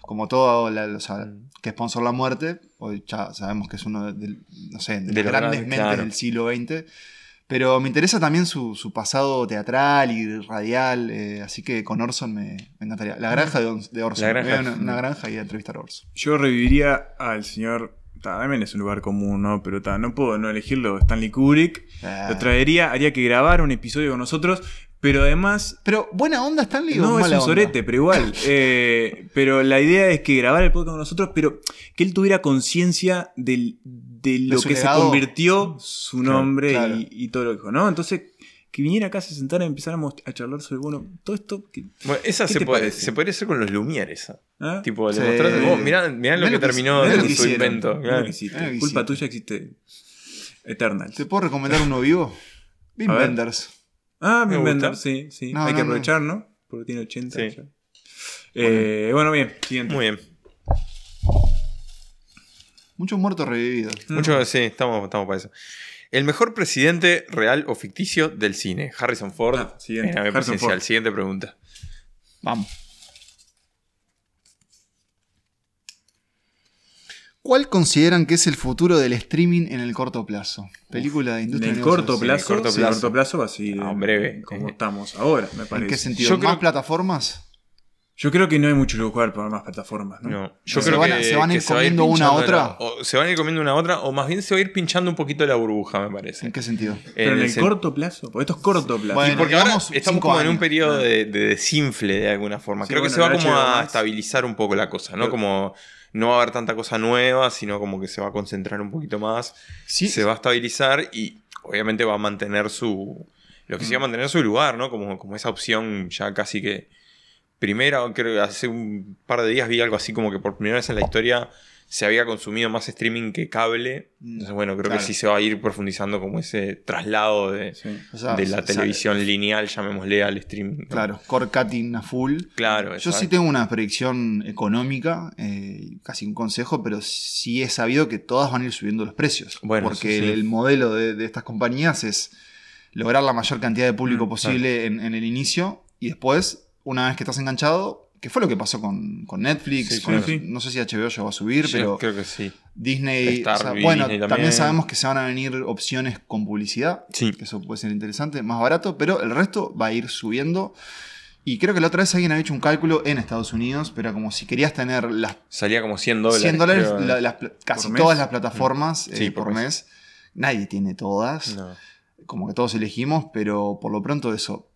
Como todo, la- o sea, Mm. que sponsor la muerte, hoy ya sabemos que es uno de, de- no sé, de De los las grandes grandes, mentes claro. del siglo XX. Pero me interesa también su, su pasado teatral y radial, eh, así que con Orson me, me encantaría. La granja de, Ons- de Orson. La granja. Me voy a Una, Mm. una granja y a entrevistar a Orson. Yo reviviría al señor. ta, También es un lugar común, ¿no? Pero ta, no puedo no elegirlo. Stanley Kubrick. Ah. Lo traería, haría que grabara un episodio con nosotros. Pero además. Pero buena onda Stanley o No, es mala un onda? sorete, pero igual. eh, pero la idea es que grabara el podcast con nosotros, pero que él tuviera conciencia del- de lo su que legado. se convirtió su Claro, nombre claro. Y, y todo lo que dijo, ¿no? Entonces, que viniera acá, se sentara y empezáramos a charlar sobre, bueno, todo esto. que- Bueno, esa ¿Qué se te puede, parece? se podría hacer con los Lumieres. esa. ¿ah? Tipo, le Sí. mostraste, oh, mirá, mirá lo Mirá que lo que terminó hice- mirá lo su que hicieron, invento. Mirá lo claro. que hiciste, Mirá lo Ah, que Culpa hiciste. tuya existe Eternals. ¿Te puedo recomendar uno vivo? Bill A ver. Benders. Ah, Me me gusta. sí, sí. No, Hay no, que no. aprovechar, ¿no? Porque tiene 80 Sí. ya. Eh, bueno, bien, siguiente. Muy bien. Muchos muertos revividos. Mm. Muchos, sí, estamos, estamos para eso. El mejor presidente real o ficticio del cine. Harrison Ford. Ah, siguiente. en la Harrison presidencial. Ford. Siguiente pregunta. Vamos. ¿Cuál consideran que es el futuro del streaming en el corto plazo? Película de En industria. el de corto negocios. plazo, corto sí, en el plazo. corto plazo, así. de- Ah, breve. Como Eh. estamos ahora, me parece. ¿En qué sentido? Yo ¿Más creo- plataformas? Yo creo que no hay mucho lugar para más plataformas, ¿no? No, yo Se creo van a- que se van a que ir va comiendo una a pinchando otra. la- o se van a ir comiendo una a otra, o más bien se va a ir pinchando un poquito la burbuja, me parece. ¿En qué sentido? Pero en el sen- corto plazo, porque esto es corto plazo. Bueno, Porque ahora digamos estamos cinco como en años. un periodo de, de desinfle de alguna forma. Ah. Sí, creo que bueno, se va el como HBO a Max. estabilizar un poco la cosa, ¿no? Pero- Como no va a haber tanta cosa nueva, sino como que se va a concentrar un poquito más. Sí, Se va a estabilizar y obviamente va a mantener su. Lo Mm. que sí va a mantener su lugar, ¿no? Como, como esa opción ya casi que. Primera, o creo que hace un par de días vi algo así como que por primera vez en la historia se había consumido más streaming que cable. Entonces, bueno, creo Mm. Claro. que sí se va a ir profundizando como ese traslado de, Sí. o sea, de la o sea, televisión lineal, llamémosle al streaming. ¿no? Claro, core cutting a full. Claro, Yo sí exacto. tengo una predicción económica, eh, casi un consejo, pero sí he sabido que todas van a ir subiendo los precios. Bueno, porque eso sí. el, el modelo de, de estas compañías es lograr la mayor cantidad de público Mm, posible en, en el inicio y después, una vez que estás enganchado, que fue lo que pasó con, con Netflix, Sí, con- sí, sí. no sé si HBO llegó a subir, Yo pero creo que sí. Disney, Star, o sea, y bueno, Disney también. también. sabemos que se van a venir opciones con publicidad, Sí. que eso puede ser interesante, más barato, pero el resto va a ir subiendo. Y creo que la otra vez alguien había hecho un cálculo en Estados Unidos, pero como si querías tener las Salía como 100 dólares. 100 dólares, creo. eh, la- las pla- casi mes. todas las plataformas Mm. Sí, eh, por, por mes. mes. Nadie tiene todas. No. Como que todos elegimos, pero por lo pronto eso.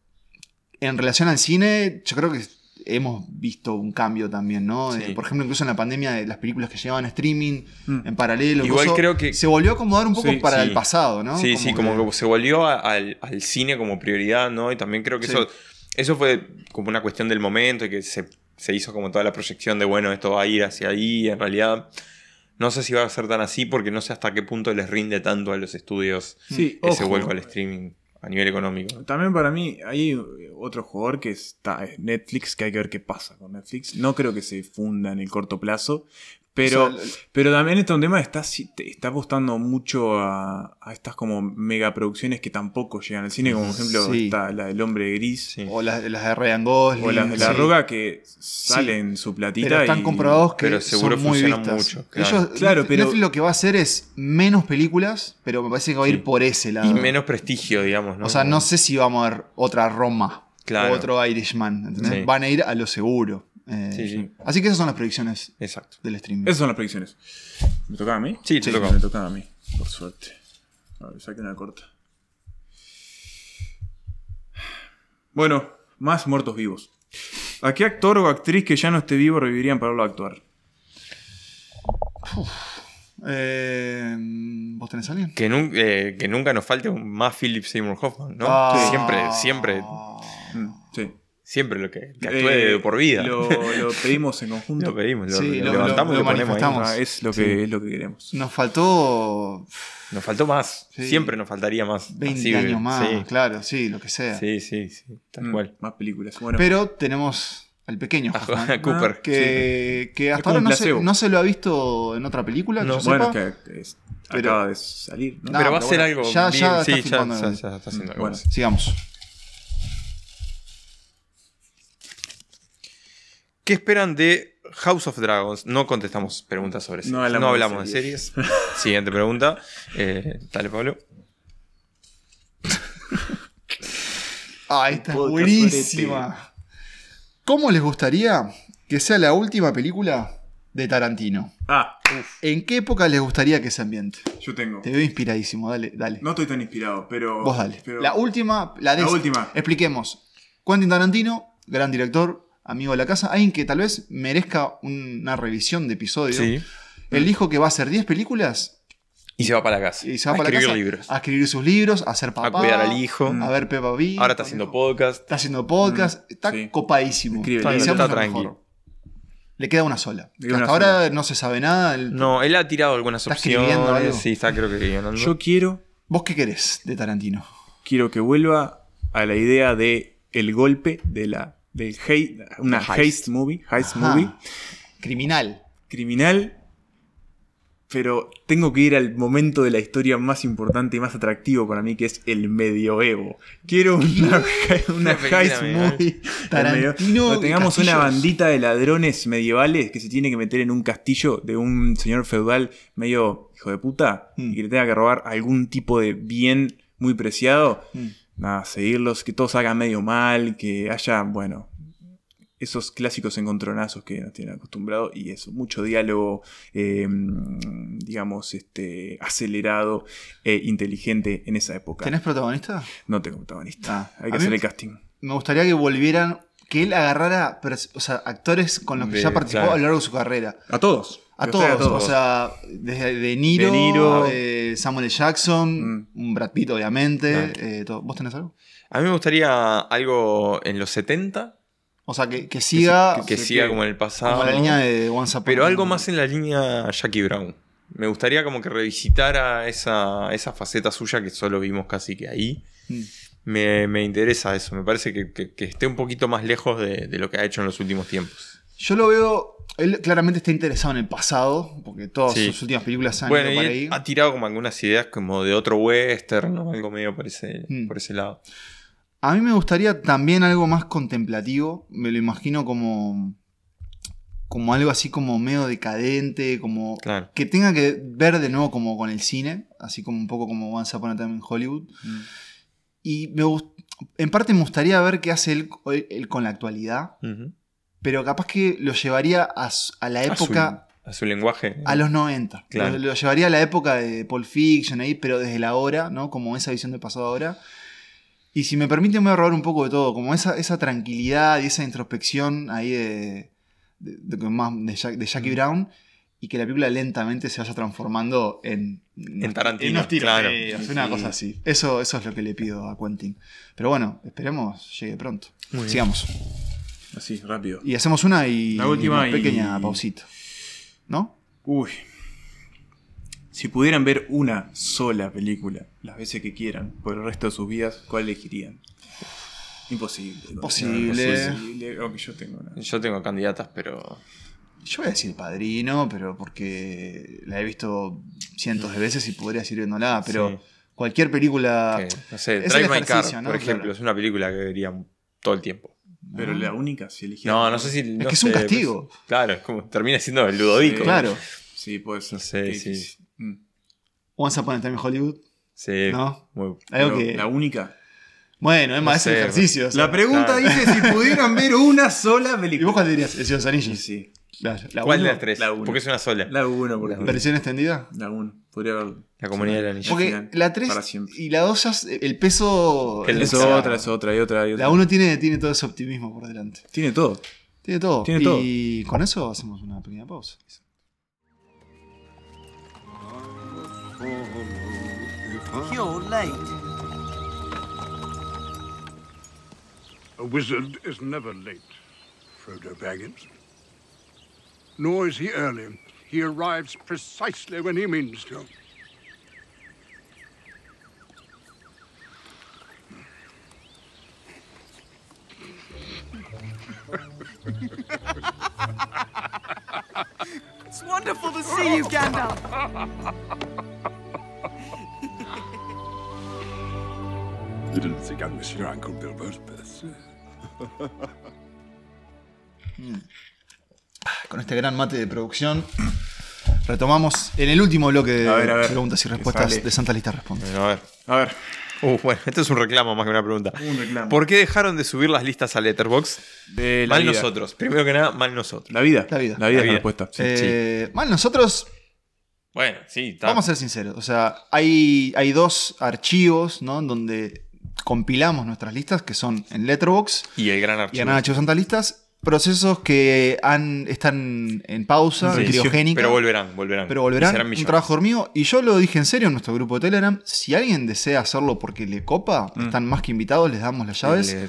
En relación al cine, yo creo que hemos visto un cambio también, ¿no? Sí. Eh, por ejemplo, incluso en la pandemia, de las películas que llevaban a streaming Mm. en paralelo. Igual incluso, creo que- Se volvió a acomodar un poco Sí, para sí. el pasado, ¿no? Sí, sí, como que se volvió a- al, al cine como prioridad, ¿no? Y también creo que Sí. eso, eso fue como una cuestión del momento y que se, se hizo como toda la proyección de, bueno, esto va a ir hacia ahí. En realidad, no sé si va a ser tan así porque no sé hasta qué punto les rinde tanto a los estudios Sí, ese ojo. vuelco al streaming a nivel económico. También para mí hay eh, otro jugador que está es Netflix, que hay que ver qué pasa con Netflix. No creo que se funda en el corto plazo, pero, O sea, el- pero también este es un tema que está, si- te- está apostando mucho a, a estas como megaproducciones que tampoco llegan al cine, como por ejemplo Sí. está la del hombre gris Sí. O las, las de Ryan Gosling. o las de la sí. roga que salen su platita. Pero están y- comprobados que Pero seguro son muy funcionan vistas. mucho, claro. Ellos- Claro, pero- Netflix lo que va a hacer es menos películas, pero me parece que va a ir Sí. por ese lado. Y menos prestigio, digamos, ¿no? Ah. O sea, no sé si vamos a ver otra Roma Claro. o otro Irishman. ¿entendés? Sí. Van a ir a lo seguro. Eh, Sí, sí. Así que esas son las predicciones Exacto. del streaming. Esas son las predicciones. ¿Me tocaba a mí? Sí, te tocaba. Me tocaba a mí, por suerte. A ver, saqué una corta. Bueno, más muertos vivos. ¿A qué actor o actriz que ya no esté vivo revivirían para verlo actuar? Eh, ¿Vos tenés a alguien? Que, nun- eh, que nunca nos falte un más Philip Seymour Hoffman, ¿no? Ah. Siempre, siempre, Mm, Sí. siempre lo que, que Eh, actúe por vida. Lo, lo pedimos en conjunto. Lo pedimos, lo, Sí, lo lo- levantamos lo- y lo lo ponemos ahí. manifestamos. Ah, es, lo que, Sí. es lo que queremos. Nos faltó Nos faltó más. Sí. Siempre nos faltaría más. 20 Así, años más, Sí, claro, sí, lo que sea. sí, sí, sí, tal Mm, cual. Más películas. Bueno, Pero tenemos al pequeño A Hoffman, Johanna Cooper. que, que hasta como ahora un no se, placebo. no se lo ha visto en otra película. que no, yo sepa. bueno, es que es- Pero- acaba de salir. ¿no? No, pero va a pero ser bueno, algo. ya- bien, ya sí, está ya, filmando. ya- ya está haciendo algo. Bueno. más. Sigamos. ¿Qué esperan de House of Dragons? No contestamos preguntas sobre series. No hablamos, de series. Siguiente pregunta. Eh, dale, Pablo. Ah, esta es Podcast buenísima. ¿Cómo les gustaría que sea la última película de Tarantino? Ah, ¿En qué época les gustaría que se ambiente? yo tengo. Te veo inspiradísimo, dale, dale. No estoy tan inspirado, pero. Vos dale. pero- La última, la de La última. Expliquemos. Quentin Tarantino, gran director, amigo de la casa, alguien que tal vez merezca una revisión de episodio. Sí. Él dijo que va a hacer 10 películas Y se va para la casa. y se va a para la escribir casa libros. a escribir sus libros, a ser papá, a cuidar al hijo. a ver Peppa Pig. Ahora está haciendo podcast. Está haciendo podcast, está Mm, sí. copadísimo. Escribe, Le está- deseamos está lo tranqui. mejor. Le queda una sola. Le queda Hasta una ahora no se sabe nada. El- No, él ha tirado algunas ¿Está opciones. escribiendo algo? Sí, está creo que guionando. Yo quiero, ¿Vos qué querés de Tarantino? quiero que vuelva a la idea de el golpe de la del hei- una Heist. heist. movie, heist Ajá. movie Ah, Criminal. criminal, pero tengo que ir al momento de la historia más importante y más atractivo para mí que es el medioevo. Quiero una, una película heist medieval. movie. Tarantino Donde tengamos y una castillos. bandita de ladrones medievales que se tiene que meter en un castillo de un señor feudal medio hijo de puta Mm. y que le tenga que robar algún tipo de bien muy preciado. Mm. Nada, seguirlos, que todos hagan medio mal, que haya, bueno, esos clásicos encontronazos que nos tienen acostumbrados y eso, mucho diálogo, eh, digamos, este, acelerado e inteligente en esa época. ¿Tenés protagonista? No tengo Ah, protagonista. Hay a que mí hacer el casting. Me gustaría que volvieran, que él agarrara pers- o sea, actores con los que De- ya participó claro. a lo largo de su carrera. A todos. A Que todos, sea o sea, desde De Niro, De Niro. eh, Samuel L. Jackson, Mm. un Brad Pitt, obviamente. Claro. eh, todo. ¿Vos tenés algo? A mí me gustaría algo en los 70, O sea, que, que siga que Sí, siga que- como en el pasado. como la línea de Once Upon Pero a- algo más en la línea Jackie Brown. Me gustaría como que revisitara esa, esa faceta suya que solo vimos casi que ahí. Mm. Me, me interesa eso, me parece que, que- que esté un poquito más lejos de, de lo que ha hecho en los últimos tiempos. Yo lo veo. Él claramente está interesado en el pasado, porque todas Sí. sus últimas películas han Bueno, ido y para él ahí. ha tirado como algunas ideas como de otro western, ¿no? algo medio por ese, Mm. por ese lado. A mí me gustaría también algo más contemplativo. Me lo imagino como. como algo así como medio decadente, como. Claro. que tenga que ver de nuevo como con el cine, así como un poco como Once Upon a Time in Hollywood. Mm. Y me gust- en parte me gustaría ver qué hace él, él con la actualidad, Ujú. pero capaz que lo llevaría a, su- a la A su- época a a su lenguaje. A los 90. Claro. Lo, lo llevaría a la época de Pulp Fiction ahí, pero desde la hora, ¿no? Como esa visión del pasado ahora. Y si me permiten, me voy a robar un poco de todo. Como esa, esa tranquilidad y esa introspección ahí de, de, de- con más- de Jack- de Jackie Brown. Y que la película lentamente se vaya transformando en. En Tarantino, unos tiros, claro. eh, o sea, una cosa así. Eso, eso es lo que le pido a Quentin. Pero bueno, esperemos llegue pronto. Sigamos. Así, rápido. Y hacemos una y. La última una y- pequeña pausita. ¿No? Uy. Si pudieran ver una sola película, las veces que quieran, por el resto de sus vidas, ¿cuál elegirían? Imposible. ¿no? Imposible. Imposible. Aunque yo tengo una. Yo tengo candidatas, pero. Yo voy a decir padrino, pero porque la he visto cientos de veces y podría seguir viéndola, pero Sí. cualquier película. que, no sé, Ah. es el Drive My ejercicio, Car, ¿no? por ejemplo, Claro. es una película que vería todo el tiempo. Pero la única, si eligieran. No, no sé si. no que es un sé, pues, castigo. claro, es como termina siendo el Ludovico. Sí. Claro. Sí, puede ser. No sé, Que- sí. que- mm. Once Upon a Time in Hollywood. Sí. No. muy- Algo Pero que. La única. Bueno, es más, No es sé, el ejercicio. o sea. La pregunta claro. dice si pudieran ver una sola ¿Y película. vos cuál dirías? El Señor de los Sí, Anillos. sí. La, la ¿Cuál uno? de las tres? La uno. Porque es una sola. La, La uno, porque. ¿Versión extendida? La uno. Podría haber. comunidad del anillo. Porque final, la para 3 siempre. y la 2 ya. es- El peso. Que el Es O sea, otra, es otra, y otra, y otra. La 1 tiene, tiene todo ese optimismo por delante. Tiene todo. Tiene todo. Tiene Y con eso hacemos una pequeña pausa. You're late. A wizard is never late, Frodo Baggins. Nor is he early. He arrives precisely when he means to. It's wonderful to see you, Gandalf. You didn't think I'd miss your Uncle Bilbo's birthday. con este gran mate de producción. Retomamos en el último bloque de A ver, a ver. preguntas y Que respuestas sale. de Santa Lista Responde. Bueno, a ver. A ver. Uh, bueno, esto es un reclamo más que una pregunta. Un reclamo. ¿Por qué dejaron de subir las listas a Letterboxd? De la Mal vida. nosotros. Primero que nada, mal nosotros. La vida. La vida. La La vida es vida. la respuesta. sí. Eh, Mal, nosotros, Bueno, sí, está. vamos a ser sinceros, o sea, hay, hay dos archivos ¿no? en donde compilamos nuestras listas, que son en Letterboxd Y el gran y archivo. en Archivos Santa Listas, procesos que han, están en pausa, Sí, en criogénica. Pero volverán, volverán. Pero Y volverán serán un millones. trabajo mío. Y yo lo dije en serio en nuestro grupo de Telegram. Si alguien desea hacerlo porque le copa, están más que invitados, les damos las llaves. Mm. Le-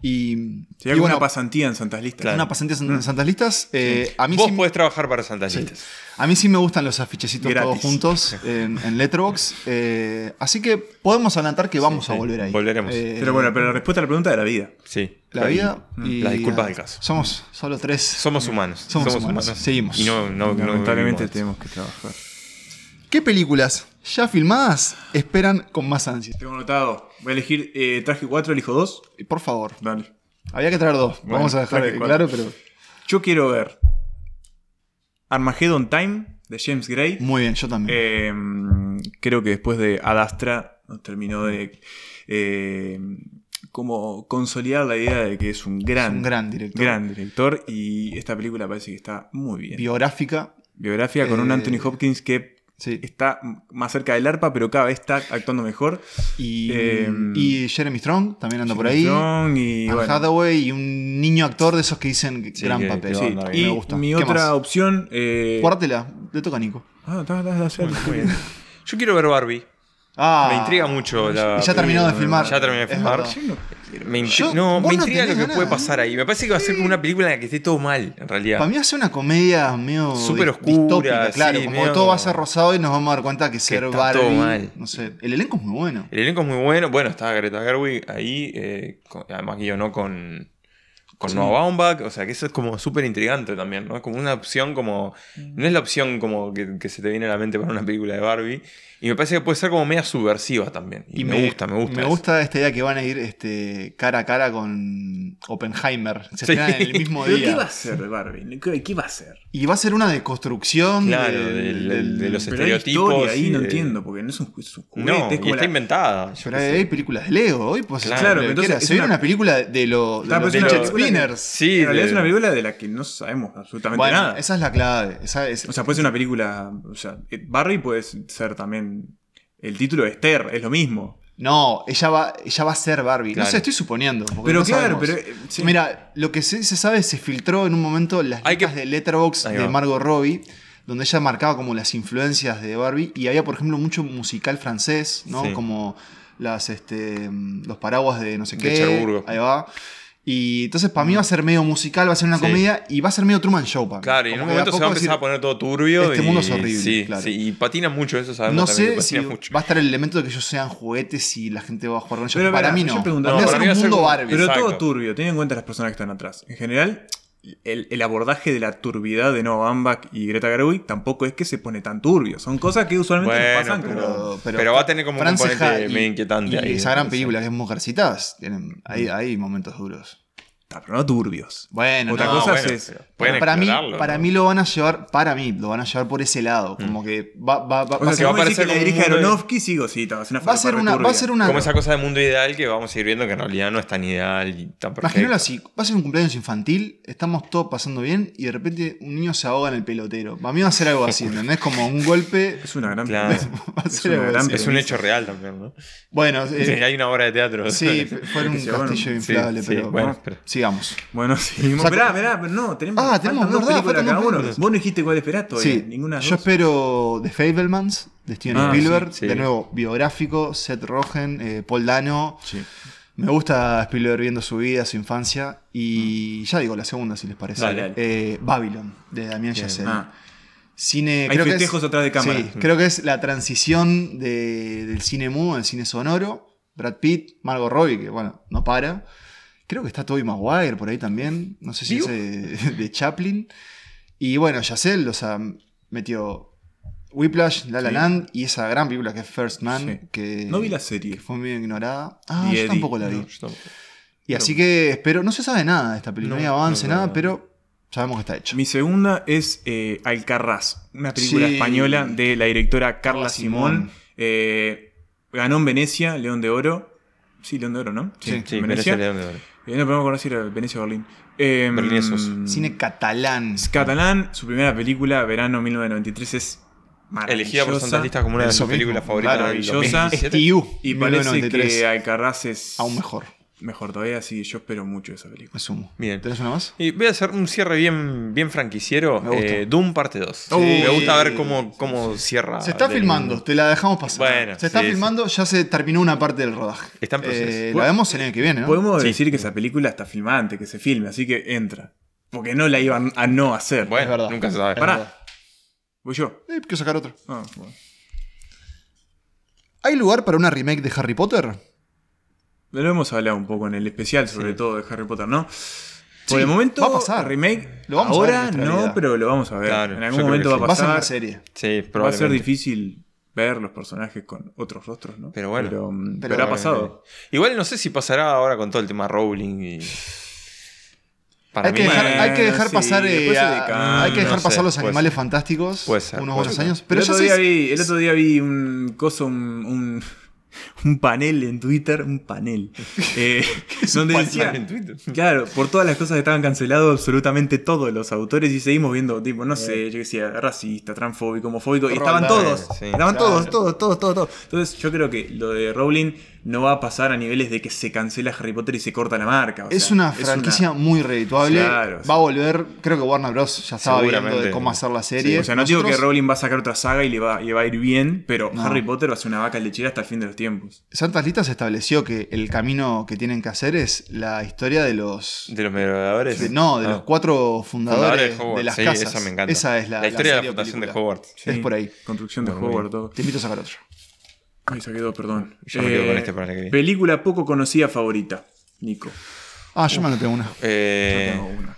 Y, Si y hay alguna bueno, pasantía en Santas Listas. una pasante en en Santas Listas. eh, a, mí Mm. Vos sí, podés trabajar para Santas Listas. a mí sí me gustan los afichecitos Gratis. todos juntos en, en Letterboxd. eh, así que podemos adelantar que vamos sí, a volver ahí. volveremos. Eh, Pero bueno, pero la respuesta a la pregunta de la vida. Sí. Mm. La vida y. Las disculpas ah, del caso. Somos solo tres. Somos humanos. Somos humanos. Seguimos. Y no, no, no Lamentablemente vivimos. tenemos que trabajar. ¿Qué películas ya filmadas esperan con más ansia? Tengo anotado. Voy a elegir eh, traje 4, elijo 2. Por favor. Dale. Había que traer dos. Bueno, Vamos a dejar traje cuatro. claro, pero. Yo quiero ver Armageddon Time de James Gray. Muy bien, yo también. Eh, creo que después de Adastra nos terminó de eh, como consolidar la idea de que es un gran, Eh, Es un gran director. gran director y esta película parece que está muy bien. Biográfica. Biografía con un Eh, Anthony Hopkins que Sí. está m- más cerca del arpa, pero cada vez está actuando mejor. Y, Eh, Em, y Jeremy Strong también anda por Jimmy ahí. Strong y, Anne bueno, Hathaway y un niño actor de esos que dicen que- Sí, gran que- papel. que sí. Anda bien, Y me gusta. mi ¿Qué otra más? opción. eh, Guárdatela, le toca a Nico. ah, está, está, está, está. Yo quiero ver Barbie. Ah, Me intriga mucho. La Y ya terminó de filmar. Ya terminó de Es filmar. verdad. Me intri- Yo- no, vos me no intriga lo tenés que ganas, puede ¿no? pasar ahí. Me parece que va a ser como una película en la que esté todo mal, en realidad. Para mí hace una comedia medio Súper di- oscura, distópica, claro, sí, como medio- todo va a ser rosado y nos vamos a dar cuenta que ser está Barbie, todo mal. no sé, el elenco es muy bueno. El elenco es muy bueno. Bueno, está Greta Gerwig ahí. eh, con- además guionó con, con Noah Baumbach. O sea, que eso es como súper intrigante también, ¿no? Es como una opción como... Mm. No es la opción como que, que se te viene a la mente para una película de Barbie. Y me parece que puede ser como media subversiva también. Y, me, gusta, me gusta. Me eso. gusta esta idea que van a ir este, cara a cara con Oppenheimer. Se Sí. estrenan en el mismo ¿Pero qué va a día. hacer Barbie? ¿Qué, qué va a hacer? Y va a ser una deconstrucción Claro, del- del- del- de los Pero hay Estereotipos historia ahí, y no de- entiendo, porque no es un, ju- es un juguete. No, y es como está la- inventada. yo Pero qué hay, sé. películas de Lego hoy, pues Claro, claro, pero entonces se es viene una- una película de lo, de lo Claro, pero es de una Jet película beginners. Sí, En realidad de- es una película de la que no sabemos absolutamente Bueno, nada. esa es la clave. Esa es- O sea, puede ser una película. O sea, eh, Barry puede ser también. El título de Esther, es lo mismo. no, ella va, ella va a ser Barbie. Claro. No sé, estoy suponiendo. porque Pero no claro, sabemos. pero. eh, sí. Mira, lo que se, se sabe se filtró en un momento las Hay que- listas de Letterboxd Ahí de va. Margot Robbie, donde ella marcaba como las influencias de Barbie y había, por ejemplo, mucho musical francés, ¿no? Sí. Como las, este, mm, los paraguas de no sé De qué. Cherburgo. Ahí va. Y entonces para mí va a ser medio musical, va a ser una Sí. comedia y va a ser medio Truman Show para mí. Claro, y en Como un que de momento se va a poco empezar a decir, poner todo turbio. "Este y, mundo es horrible", Sí, claro. sí, y patina mucho, eso sabemos No también. sé que si patina mucho. va a estar el elemento de que ellos sean juguetes y la gente va a jugar con ellos. Pero, para pará, mí yo no. pregunto, Para no, mí para mí es va a un ser mundo como- Barbie. Pero Exacto. todo turbio, teniendo en cuenta las personas que están atrás. En general, el, el abordaje de la turbiedad de Noah Baumbach y Greta Gerwig tampoco es que se pone tan turbio. Son cosas que usualmente nos Bueno, pasan pero- como. pero va a tener como un Frances componente Ha y- medio inquietante y ahí, Mm. Esa gran entonces. película que es Mujercitas. tienen- hay, hay momentos duros. Ah, Pero no turbios. Bueno, Otra no, cosa bueno, es. pero pueden para mí, explorarlo, para ¿no? Mm. mí lo van a llevar, para mí, lo van a llevar por ese lado. Como que va, va, va, O que va a sea, si ser- va a vos decís parecer que la como un dirige mundo de- Aronofsky, sí, sí, ta, va a ser una va a ser falopa una, va a returbia. ser una. Como esa cosa de mundo ideal que vamos a ir viendo que en realidad no es tan ideal y tan perfecto. Imagínalo así, va a ser un cumpleaños infantil, estamos todos pasando bien y de repente un niño se ahoga en el pelotero. Para mí va a ser algo así, ¿entendés? Como un golpe. Es una gran Claro. película. Va a Es ser una algo gran así. Es un hecho real también, ¿no? Bueno, Sí, eh, hay una obra de teatro. sí, fue fue un Que se van- castillo sí, inflable, sí, pero bueno, bueno, pero- sigamos. Bueno, seguimos. Saco- Mirá, mirá, pero no, tenemos. Ah, tenemos faltan dos verdad, películas faltan cada dos uno. películas. Vos no dijiste cuál esperás todavía. Sí, Ninguna de las yo dos. espero The Fablemans de Steven Ah, Spielberg, sí, sí. de nuevo biográfico, Seth Rogen, eh, Paul Dano. Sí. Me gusta Spielberg viendo su vida, su infancia y ya digo la segunda si les parece. Ah. Dale, dale. Eh, Babylon de Damián Chazelle. Ah, Cine, Hay creo que es- festejos atrás de cámara. Sí, creo que es la transición de- del cine mudo al cine sonoro. Brad Pitt, Margot Robbie, que bueno, no para. Creo que está Tobey Maguire por ahí también. No sé si ¿Vivo? es eh, de Chaplin. Y bueno, Yacel, o sea, metió Whiplash, La La Sí. Land y esa gran película que es First Man, Sí. que, no vi la que serie. fue medio ignorada. Ah, Ni yo Eddie, tampoco la vi. No, yo tampoco. y así que espero, no se sabe nada de esta película, No, no, hay avance, no, no, nada, no. pero sabemos que está hecho. Mi segunda es eh, Alcarraz, una película Sí. española de la Oh, Carla directora Carla Simón. Simón. Eh, ganó en Venecia, León de Oro. Sí, León de Oro, ¿no? Sí, Sí, Venecia Venecia. León de Oro. Eh, no, pero no conocí era Venecia o Berlín. Eh, Berlín esos. Cine catalán. es catalán, su primera película, verano 1993, es Elegida por maravillosa. tantas listas como una de Eso sus mismo, películas favoritas. del maravillosa. 2017. STU, Y parece 1993. que Alcarraz es aún mejor. mejor todavía, así que yo espero mucho esa película. Me sumo. Bien. ¿Tenés una más? Y voy a hacer un cierre bien, bien franquiciero. Me gusta. eh, Doom parte 2. Sí. Me gusta ver cómo, cómo cierra. Se está del- filmando, te la dejamos pasar. Ah, Bueno, se está sí, filmando, ya se terminó una parte del rodaje. Está en proceso. Eh, la Bueno, vemos el año que viene, ¿no? Podemos Sí. decir que esa película está filmada antes que se filme, así que entra. Porque no la iban a no hacer. Es Bueno, verdad. nunca se sabe. Pará. verdad. Voy yo. Eh, quiero sacar otro. Ah, bueno. ¿Hay lugar para una remake de Harry Potter? Lo hemos hablado un poco en el especial, sobre todo de Harry Potter, ¿no? Por el momento, va a pasar. remake. Lo vamos a ver en ahora nuestra no, vida. pero lo vamos a ver. Claro, en yo algún creo momento que va a sí. Va a ser pasar. una serie. Sí, probablemente. va a ser difícil ver los personajes con otros rostros, ¿no? Pero bueno. Pero, mm, Pero pero ha pasado. Igual no sé si pasará ahora con todo el tema Rowling y. Para Hay que, mí. dejar, Bueno, hay que dejar sí, pasar, eh, después se a- decae. hay que dejar Ah, No pasar sé, los puede animales ser. fantásticos Puede ser, unos puede buenos ser. años. Pero el, ya otro se- día vi, el otro día vi un coso, un, un, un panel en Twitter, un panel. eh, donde decía. en Twitter. Claro, por todas las cosas que estaban cancelados absolutamente todos los autores y seguimos viendo, tipo, no sé, yo decía, racista, transfóbico, homofóbico, y Roldán, estaban todos, sí. estaban Claro. todos, todos, todos, todos, todos. Entonces yo creo que lo de Rowling no va a pasar a niveles de que se cancela Harry Potter y se corta la marca. o es sea, una franquicia muy redituable. Claro, sí. va a volver. Creo que Warner Bros. ya estaba viendo de Seguramente. cómo hacer la serie. Sí, o sea, no digo que Nosotros- Rowling va a sacar otra saga y le va, le va a ir bien, pero No. Harry Potter va a ser una vaca lechera hasta el fin de los tiempos. Santas Listas estableció que el camino que tienen que hacer es la historia de los. De los merodeadores. de- no, de Ah. los cuatro Fundadores fundadores, de Hogwarts. de las sí, casas. Esa me encanta. Esa es la, historia de serie la fundación de película. Hogwarts. Es por ahí. Construcción de Bueno, muy Hogwarts, bien. todo. Te invito a sacar otro. Ay, saqué dos, perdón. Eh, Yo me quedo Eh, con este para la que viene. Película poco conocida favorita, Nico. Ah, yo me anoté una. Eh, Yo tengo una.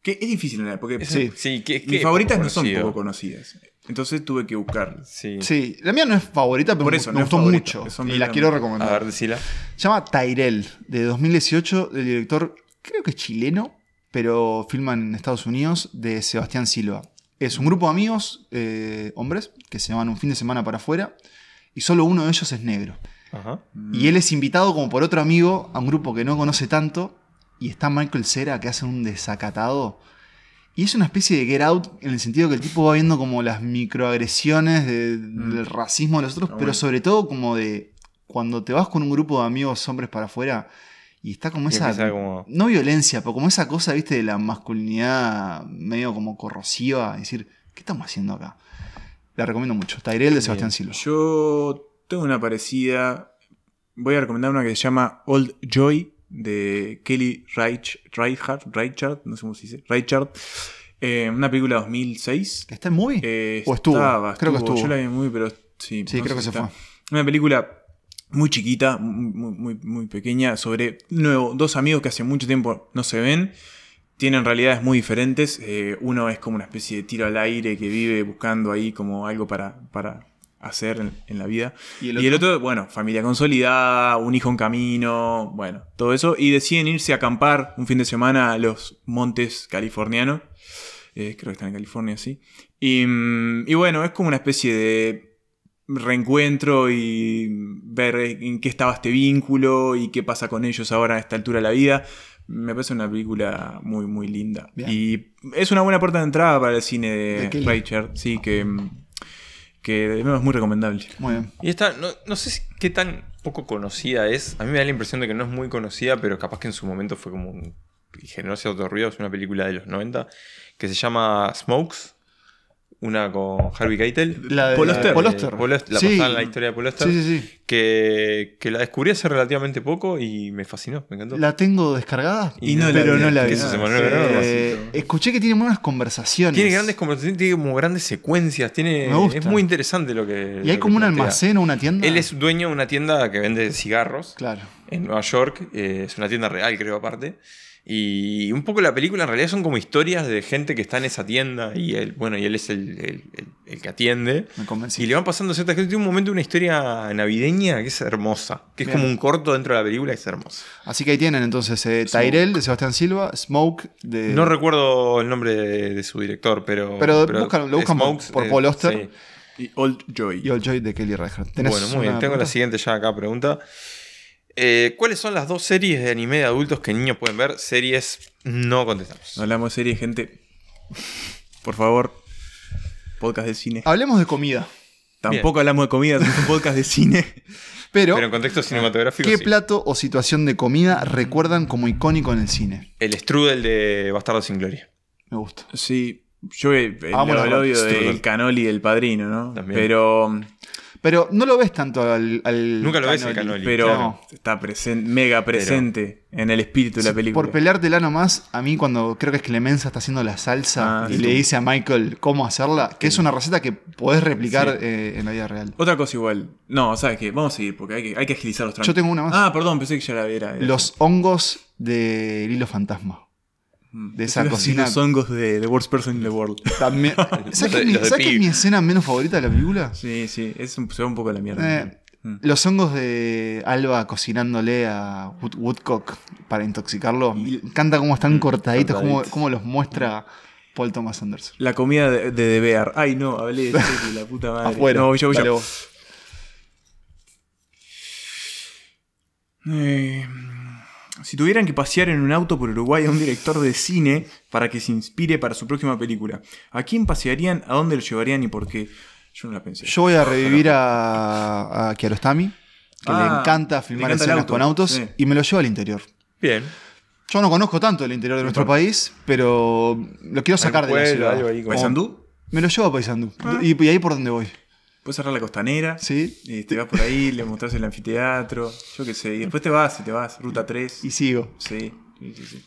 Que es difícil, ¿no? porque Sí. sí, que, mis favoritas no son poco conocidas. Entonces tuve que buscar. Sí. Sí, la mía no es favorita, pero Por me- eso, me no es gustó favorita, mucho. son Y bien la grandes. quiero A recomendar. ver, decila. Se llama Tyrell, de 2018, del director, creo que es chileno, pero filma en Estados Unidos, de Sebastián Silva. Es un grupo de amigos, eh, hombres, que se van un fin de semana para afuera, y solo uno de ellos es negro. Ajá. Y él es invitado como por otro amigo a un grupo que no conoce tanto. y está Michael Cera que hace un desacatado. Y es una especie de get out en el sentido que el tipo va viendo como las microagresiones de- del racismo de los otros, Está pero bueno. sobre todo como de cuando te vas con un grupo de amigos hombres para afuera y está como Y esa. empieza como- No violencia, pero como esa cosa, viste, de la masculinidad medio como corrosiva. Decir, ¿qué estamos haciendo acá? La recomiendo mucho. Tyrell de Sebastián Silva. Mm, Yo tengo una parecida. Voy a recomendar una que se llama Old Joy de Kelly Reich, Reichardt, Reichardt, no sé cómo se dice, Reichardt. Eh, una película 2006. ¿Está en movie? Eh, ¿O estuvo? estaba, Creo que estuvo. Yo la vi muy, pero sí. Sí, creo sé que si se está. Una película muy chiquita, muy, muy, muy pequeña, sobre, nuevo, dos amigos que hace mucho tiempo no se ven. Tienen realidades muy diferentes. eh, uno es como una especie de tiro al aire que vive buscando ahí como algo para, para hacer en, en la vida. ¿Y ¿Y el el, otro? otro, bueno, familia consolidada, un hijo en camino, bueno, todo eso. Y deciden irse a acampar un fin de semana a los montes californianos. Eh, creo que están en California, sí. Y, mm, y bueno, es como una especie de reencuentro y ver en qué estaba este vínculo y qué pasa con ellos ahora a esta altura de la vida. Me parece una película muy, muy linda. Bien. Y es una buena puerta de entrada para el cine De de, Kelly. Richard, sí, que, mm, que de nuevo es muy recomendable. Muy bien. Y esta, no, no sé si- qué tan poco conocida es. A mí me da la impresión de que no es muy conocida, pero capaz que en su momento fue como un. y generó cierto ruido. Es una película de los 90 que se llama Smokes. Una con Harvey Keitel. La de Paul Auster. Paul Eh, Auster. Paul Auster, La Sí. pasada en la historia de Paul Auster, Sí, sí, sí. Que, que la descubrí hace relativamente poco y me fascinó, me encantó. La tengo descargada, Y no la pero vi. no la vi. Que eso se me olvidó, Eh, algo así. escuché que tiene buenas conversaciones. Tiene grandes conversaciones, tiene como grandes secuencias, tiene, Me gusta. es muy interesante lo que... Y hay lo como que un plantea. almacén o una tienda. Él es dueño de una tienda que vende cigarros Claro. en Nueva York, eh, es una tienda real creo aparte, y un poco la película en realidad son como historias de gente que está en esa tienda y él, bueno, y él es el, el- el- el que atiende. Me convencí. Y le van pasando ciertas cosas. Tiene un momento, una historia navideña que es hermosa. Que es Bien. como un corto dentro de la película que es hermoso. Así que ahí tienen entonces eh, Tyrell de Sebastián Silva, Smoke de. No recuerdo el nombre de, de su director, pero. Eh. eh, Pero búscalo, lo buscan por- por Paul Auster. sí. Y Old Joy. y Old Joy de Kelly Reichardt. ¿Tenés Bueno, muy bien. una Tengo la pregunta? siguiente ya acá pregunta. Eh, ¿Cuáles son las dos series de anime de adultos que niños pueden ver? Series no contestamos. Hablamos de serie, gente. Por favor, podcast de cine. Hablemos de comida. Tampoco hablamos de comida, es un podcast de cine. Pero, Pero en contexto cinematográfico, Ah. ¿qué sí. plato o situación de comida recuerdan como icónico en el cine? el strudel de Bastardo sin Gloria. Me gusta. Sí, yo eh, el, Vamos a el la odio Strudel. del Canoli del padrino, ¿no? También. Pero, Pero no lo ves tanto al. al Nunca lo ves el canoli. pero Claro. está presente, mega presente en el espíritu de la película. Por peleártela nomás, a mí cuando creo que es Clemenza está haciendo la salsa Ah, y sí. le dice a Michael cómo hacerla, que es una receta que podés replicar Sí. eh, en la vida real. Otra cosa igual. No, ¿sabes qué? Vamos a seguir porque hay que, hay que agilizar los trámites. Yo tengo una más. Ah, perdón, pensé que ya la era. era. Los hongos del hilo fantasma. Mm. de esa Los- cocina. Los hongos de The Worst Person in the World. También. Los ¿Sabes de- qué es mi- los de ¿sabes qué es Pig. mi escena menos favorita de la película? Sí, sí, es un, se va un poco a la mierda. Eh, Mm. Los hongos de Alba cocinándole a Wood- Woodcock para intoxicarlo. Me encanta cómo Mm, están cortaditos, cómo, cortaditos. cómo los muestra Paul Thomas Anderson. La comida de, de De Bear. Ay, no, hablé de serie, la puta madre. Afuera. No, voy yo, voy Dale yo. vos. Eh, si tuvieran que pasear en un auto por Uruguay a un director de cine para que se inspire para su próxima película, ¿a quién pasearían, a dónde lo llevarían y por qué? Yo no la pensé. Yo voy a revivir a, a Kiarostami, que le Ah, encanta le filmar encanta el escenas auto, con autos, sí. y me lo llevo al interior. Bien. Yo no conozco tanto el interior de nuestro país, pero lo quiero sacar de la pueblo, ciudad. algo ahí como- ¿Paisandú? Me lo llevo a Paysandú. Y, y ahí por donde voy. Puedes cerrar la costanera. Sí. Y te vas por ahí, le mostrás el anfiteatro. Yo qué sé. Y después te vas y te vas. Ruta 3. Y sigo. Sí. sí, sí, sí.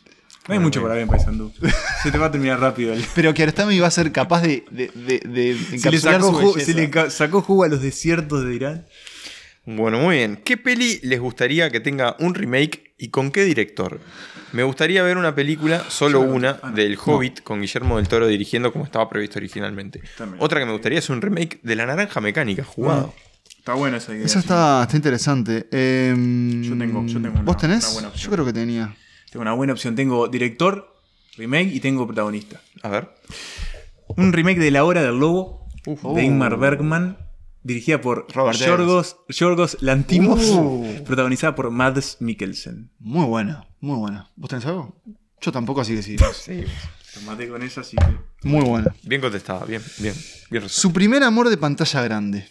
No hay mucho para ver en Paysandú. Se te va a terminar rápido el, Pero Kiarostami va a ser capaz de, de, de, de Si le, encapsular sacó su ju- belleza. si le ca- sacó jugo a los desiertos de Irán. Bueno, muy bien. ¿Qué peli les gustaría que tenga un remake y con qué director? Me gustaría ver una película, solo una, del Hobbit con Guillermo del Toro dirigiendo como estaba previsto originalmente. También. Otra que me gustaría es un remake de La Naranja Mecánica jugado. Está buena esa idea. Eso sí. está, está interesante. Em, Yo tengo- yo tengo una- ¿Vos tenés? una buena opción. yo creo que tenía. Tengo una buena opción. Tengo director, remake y tengo protagonista. A ver. Un remake de La Hora del Lobo Uf. Uh. de Ingmar Bergman. dirigida por Robert Yorgos, Yorgos Lantimos, Uh. protagonizada por Mads Mikkelsen. Muy buena, muy buena. ¿Vos tenés algo? Yo tampoco, así que sí. no. Sí. Tomate con esa, así que. Muy buena. Bien contestada, bien, bien. bien resuelta. Su primer amor de pantalla grande.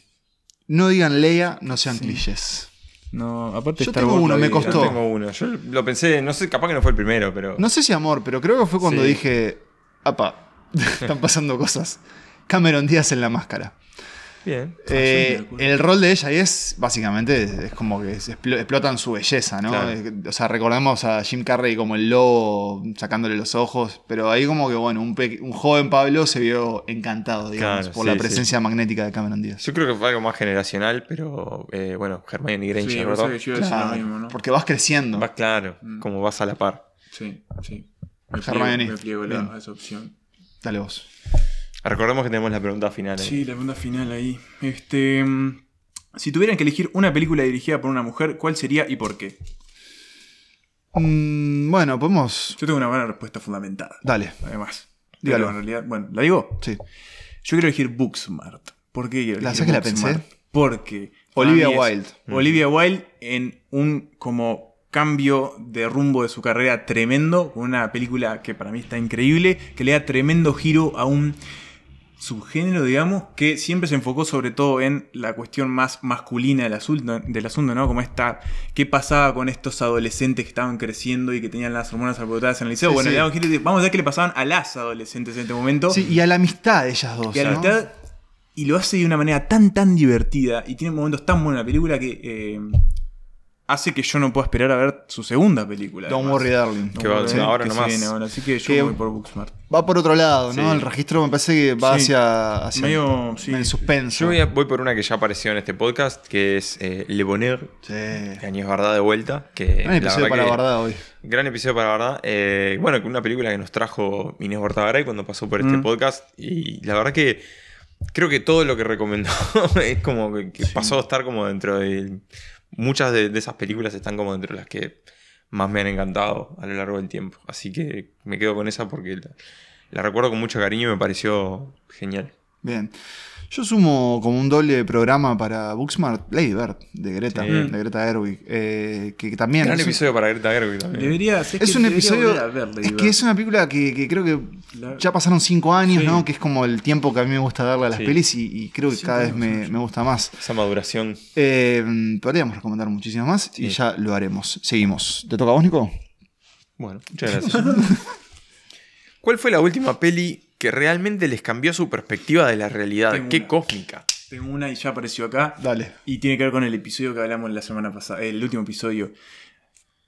No digan Leia, no sean clichés. No, aparte Yo Star tengo Wars uno, lo me vi- Yo costó. tengo uno. Yo lo pensé, no sé, capaz que no fue el primero, pero. No sé si amor, pero creo que fue cuando Sí. dije, apa, están pasando cosas. Cameron Díaz en la máscara. Bien. Eh, Ah, yo me acuerdo. el rol de ella ahí es, básicamente, es- es como que se explo- explotan su belleza, ¿no? Claro. Eh, O sea, recordamos a Jim Carrey como el lobo sacándole los ojos, pero ahí como que, bueno, un, pe- un joven Pablo se vio encantado, digamos, Claro, por sí, la presencia magnética de Cameron Díaz. Yo creo que fue algo más generacional, pero eh, bueno, Hermione Granger, Sí, pensé ¿verdad? que yo iba a decir lo Claro, mismo, ¿no? Porque vas creciendo. Vas claro, Mm. como vas a la par. Sí, sí. Me Hermione. pliego, me pliego la- Bien. a esa opción. Dale vos. Recordemos que tenemos la pregunta final. ¿eh? Sí, la pregunta final ahí. Este. mm, Si tuvieran que elegir una película dirigida por una mujer, ¿cuál sería y por qué? Mm, bueno, podemos... Yo tengo una buena respuesta fundamentada. Dale, Además. Dígalo. Pero en realidad, bueno, ¿la digo? sí. Yo quiero elegir Booksmart. ¿Por qué quiero La elegir sé que la Booksmart? pensé. Porque. para Olivia mí es Wilde. Olivia Wilde en un como cambio de rumbo de su carrera tremendo, con una película que para mí está increíble, que le da tremendo giro a un subgénero, digamos, que siempre se enfocó sobre todo en la cuestión más masculina del asunto, del asunto ¿no? Como esta, qué pasaba con estos adolescentes que estaban creciendo y que tenían las hormonas alborotadas en el liceo. Sí, bueno, sí. le damos giro y vamos a ver qué le pasaban a las adolescentes en este momento. Sí, y a la amistad de ellas dos. Y a la ¿no? mitad- Y lo hace de una manera tan, tan divertida. Y tiene momentos tan buenos en la película que eh, hace que yo no pueda esperar a ver su segunda película. Don't además. worry, darling. Don't Que va- worry, sí, ahora que se nomás. viene ahora. Así que yo Que- eh, voy por Booksmart. Va por otro lado, ¿no? Sí. El registro me parece que va Sí. hacia, hacia Medio, sí, el sí. suspenso. Yo voy, a- voy por una que ya apareció en este podcast, que es eh, Le Bonheur, Este Sí. que Añez Bardá de vuelta. Que, Gran la episodio verdad para que- Bardá hoy. Gran episodio para Bardá. Eh, bueno, una película que nos trajo Inés Bortagaray cuando pasó por este Mm. podcast. Y la verdad que creo que todo lo que recomendó es como que que pasó a estar como dentro de... Muchas de, de esas películas están como dentro de las que más me han encantado a lo largo del tiempo. Así que me quedo con esa porque la, la recuerdo con mucho cariño y me pareció genial. Bien. Yo sumo como un doble programa para Booksmart Lady Bird de Greta, Sí. de Greta Erwig, eh, que también Gran es, un- episodio para Greta Gerwig también. Debería, es, es que un debería volver a episodio. verla y es que ver. es una película que, que creo que La- ya pasaron cinco años, Sí. ¿no? Que es como el tiempo que a mí me gusta darle a las Sí. pelis y, y creo que Cinco cada vez años, me, sí. me gusta más. Esa maduración. Eh, podríamos recomendar muchísimas más Sí. y ya lo haremos. Seguimos. ¿Te toca a vos, Nico? Bueno, muchas gracias. ¿Cuál fue la última peli que realmente les cambió su perspectiva de la realidad? Tengo ¡Qué una. cósmica! Tengo una y ya apareció acá. Dale. Y tiene que ver con el episodio que hablamos la semana pasada, el último episodio.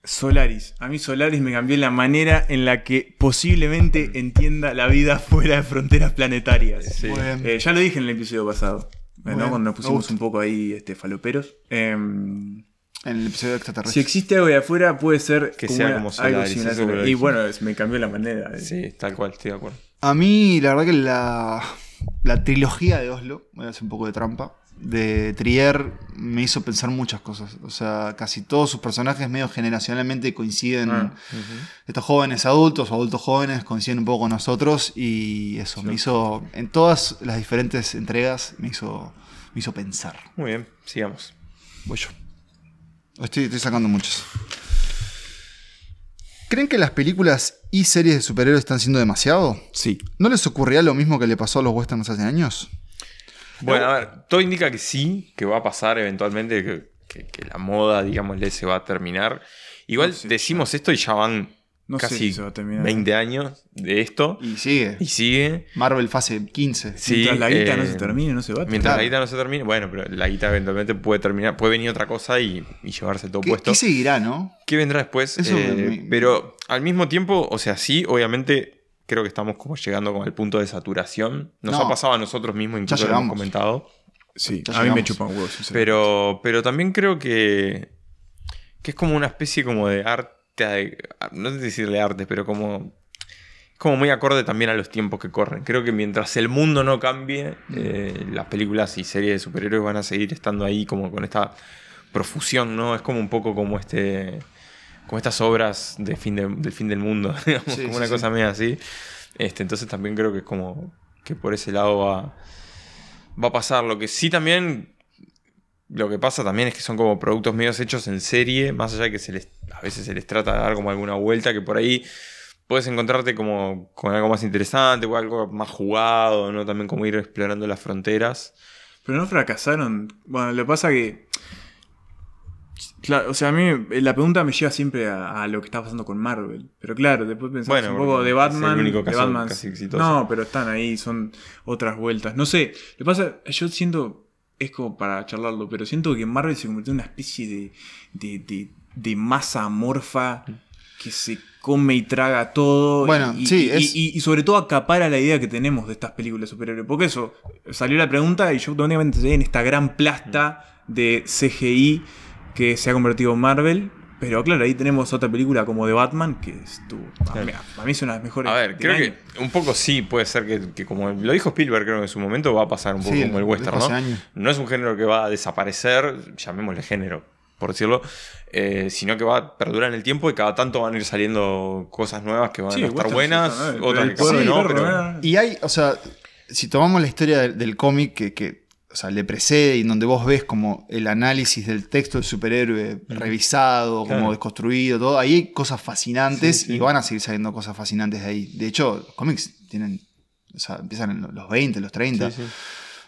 Solaris. A mí Solaris me cambió la manera en la que posiblemente entienda la vida fuera de fronteras planetarias. Sí. Muy bien. Eh, ya lo dije en el episodio pasado. eh, Muy ¿no? bien, Cuando nos me pusimos gusta. un poco ahí este, faloperos. Em, En el episodio extraterrestre. si existe algo de afuera, puede ser Que sea como Solaris, similar a eso me lo Solaris. Y dije. bueno, es- me cambió la manera. eh. Sí, tal cual, estoy de acuerdo. A mí, la verdad que la, la trilogía de Oslo, voy a hacer un poco de trampa, de Trier me hizo pensar muchas cosas. O sea, casi todos sus personajes medio generacionalmente coinciden. Ah, Estos jóvenes adultos o adultos jóvenes coinciden un poco con nosotros y eso, me hizo, en todas las diferentes entregas, me hizo, me hizo pensar. Muy bien, sigamos. Voy yo. Estoy, estoy sacando muchos. ¿Creen que las películas y series de superhéroes están siendo demasiado? Sí. ¿No les ocurría lo mismo que le pasó a los westerns hace años? Bueno, a ver, todo indica que sí, que va a pasar eventualmente, que, que- que la moda, digámosle, se va a terminar. Igual No sé, decimos esto y ya van No sé casi si se va a terminar. 20 años de esto Y sigue. y sigue. Marvel fase 15. Sí, Mientras la guita no eh, se termine, no se va. a Mientras Claro. la guita no se termine, bueno, pero la guita eventualmente puede terminar, puede venir otra cosa y, y llevarse todo ¿Qué, puesto. qué seguirá, no? ¿Qué vendrá después? Eso Eh, me- me- Pero al mismo tiempo, o sea, sí, obviamente creo que estamos como llegando con el punto de saturación. Nos No. ha pasado a nosotros mismos, incluso lo llegamos. hemos comentado. Sí, Ya a mí me llegamos. chupan huevos. sinceramente. Pero, pero también creo que, que es como una especie como de arte, no sé decirle arte, pero como, como muy acorde también a los tiempos que corren. Creo que mientras el mundo no cambie, eh, las películas y series de superhéroes van a seguir estando ahí como con esta profusión, ¿no? Es como un poco como este... Como estas obras de fin de- del fin del mundo, digamos, Sí, como sí, una sí. cosa medio así. Este, entonces también creo que es como que por ese lado va, va a pasar. Lo que sí también Lo que pasa también es que son como productos medios hechos en serie, más allá de que se les, a veces se les trata de dar como alguna vuelta que por ahí puedes encontrarte como con algo más interesante o algo más jugado, ¿no? También como ir explorando las fronteras. Pero no fracasaron. Bueno, lo que pasa que. Claro, o sea, a mí eh, la pregunta me lleva siempre a, a lo que está pasando con Marvel. Pero claro, después pensás Bueno, un poco porque de es Batman. el único de caso Batman. casi exitoso. No, pero están ahí, son otras vueltas. No sé, lo que pasa, yo siento. Es como para charlarlo, pero siento que Marvel se convirtió en una especie de, de, de- de masa amorfa que se come y traga todo. Bueno, y, sí, y- es- y- y sobre todo acapara la idea que tenemos de estas películas de superhéroes. Porque eso, salió la pregunta y yo automáticamente estoy en esta gran plasta de CGI que se ha convertido en Marvel. Pero claro, ahí tenemos otra película como de Batman que estuvo. A mí, a mí es una de las mejores. A ver, del creo año. que un poco sí puede ser que, que como lo dijo Spielberg, creo que en su momento va a pasar un poco Sí, como el lo western, dijo ¿no? hace años. No es un género que va a desaparecer, llamémosle género, por decirlo, eh, sino que va a perdurar en el tiempo y cada tanto van a ir saliendo cosas nuevas que van Sí, a estar western, buenas, sí, ¿no? otras El que poder capaz del no, perro, pero- ¿verdad? Y hay, o sea, si tomamos la historia del, del cómic que, que, o sea, le precede y donde vos ves como el análisis del texto del superhéroe revisado, Claro. como desconstruido, todo, ahí hay cosas fascinantes Sí, sí. y van a seguir saliendo cosas fascinantes de ahí. De hecho, los cómics tienen, o sea, empiezan en los 20, los 30.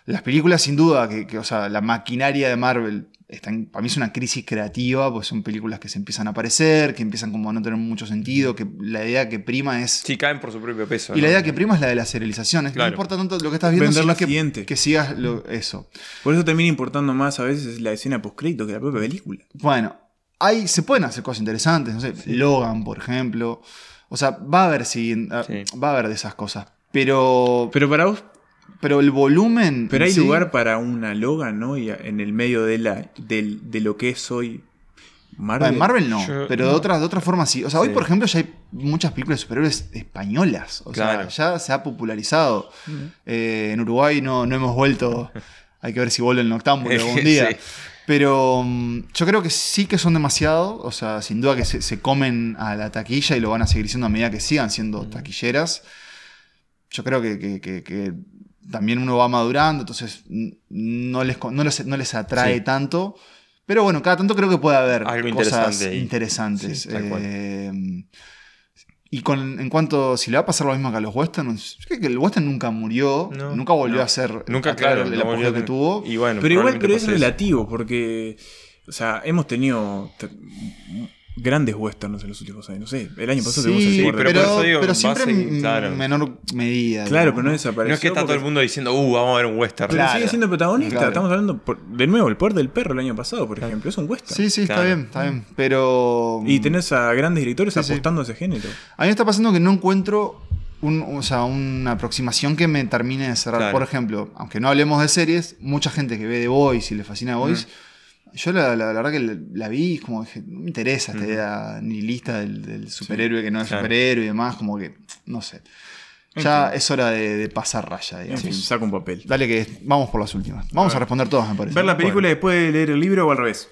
Las películas, sin duda, que, que, o sea, la maquinaria de Marvel. Están, para mí es una crisis creativa, pues son películas que se empiezan a aparecer, que empiezan como a no tener mucho sentido, que la idea que prima es Sí, caen por su propio peso. y la ¿no? idea que prima es la de la serialización. Es- Claro. No importa tanto lo que estás viendo, Vender sino la siguiente. que, que sigas lo- eso. Por eso termina importando más a veces la escena post-crédito que la propia película. Bueno, ahí se pueden hacer cosas interesantes. No sé, Logan, por ejemplo. O sea, va a haber, siguen- ah, Sí. va a haber de esas cosas. Pero, pero, Pero para vos, el volumen. Pero en hay sí- lugar para una Logan, ¿no? Y a- en el medio de, la, del- de lo que es hoy Marvel. Bueno, en Marvel no, Yo- pero de otras de otra forma sí. O sea, hoy, Sí. por ejemplo, ya hay muchas películas de superhéroes españolas. O Claro. sea, ya se ha popularizado. Eh, en Uruguay no, no hemos vuelto. Hay que ver si vuelve el noctámbulo algún día. Eh, Sí. Pero mm, yo creo que sí que son demasiado. O sea, sin duda que se, se comen a la taquilla y lo van a seguir siendo a medida que sigan siendo taquilleras. Yo creo que, que- que- que también uno va madurando, entonces mm, no les, con- no les, no les atrae Sí. tanto. Pero bueno, cada tanto creo que puede haber Algo cosas interesante ahí. interesantes. Sí, tal cual. Eh, y con, en cuanto, si le va a pasar lo mismo que a los westerns, yo creo que el western nunca murió, No, nunca volvió no. a ser Nunca, a traer claro, el no volvió apogeo a que tener- tuvo. Y bueno, pero igual probablemente pero es pase eso. relativo, porque. O sea, hemos tenido t- m- grandes westerns en los últimos años. No sé, el año pasado tuvimos el Sí, sí, pero, Border pero por eso digo, pero va a siempre seguir, en claro. menor medida. Claro, digamos, pero no No desapareció. es que está todo el porque- mundo diciendo, uh, vamos a ver un western. Pero Claro. sigue siendo protagonista. Claro. Estamos hablando, por- de nuevo, el poder del perro el año pasado, por ejemplo. Es un western. Sí, sí, Claro. está bien, está bien. Pero. mm, Y tenés a grandes directores Sí, sí. apostando a ese género. A mí me está pasando que no encuentro un- o sea, una aproximación que me termine de cerrar. Claro. Por ejemplo, aunque no hablemos de series, mucha gente que ve The Voice y le fascina The Voice. Mm. Yo la, la- la verdad que la, la vi y como dije, no me interesa esta idea nihilista del, del superhéroe que no es claro. superhéroe y demás, como que, no sé. En Ya fin. es hora de, de pasar raya, En digamos. fin, saca un papel. Dale que vamos por las últimas. Vamos a, responder todas, me parece. Ver la película y después de leer el libro o al revés.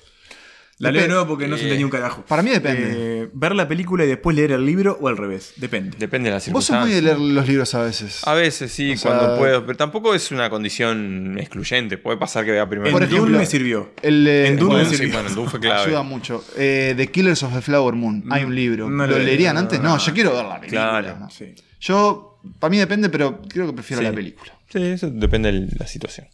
La Depe- leo de nuevo porque no se Eh, entendía un carajo. para mí depende. Eh, ver la película y después leer el libro o al revés. Depende. Depende de la Vos sos circunstancia. muy de leer los libros a veces. A veces sí, O cuando sea- puedo, pero tampoco es una condición excluyente. Puede pasar que vea primero. en Por Dune ejemplo, me sirvió. El, eh, En Dune Bueno, me sí, sirvió. bueno, Dune fue clave. Ayuda mucho. Eh, The Killers of the Flower Moon. Hay un libro. no lo ¿Lo leí, leerían no, antes? no, No, no. yo quiero ver la película. Claro, ¿no? Sí. Yo, para mí depende, pero creo que prefiero Sí. la película. Sí, eso depende de la situación.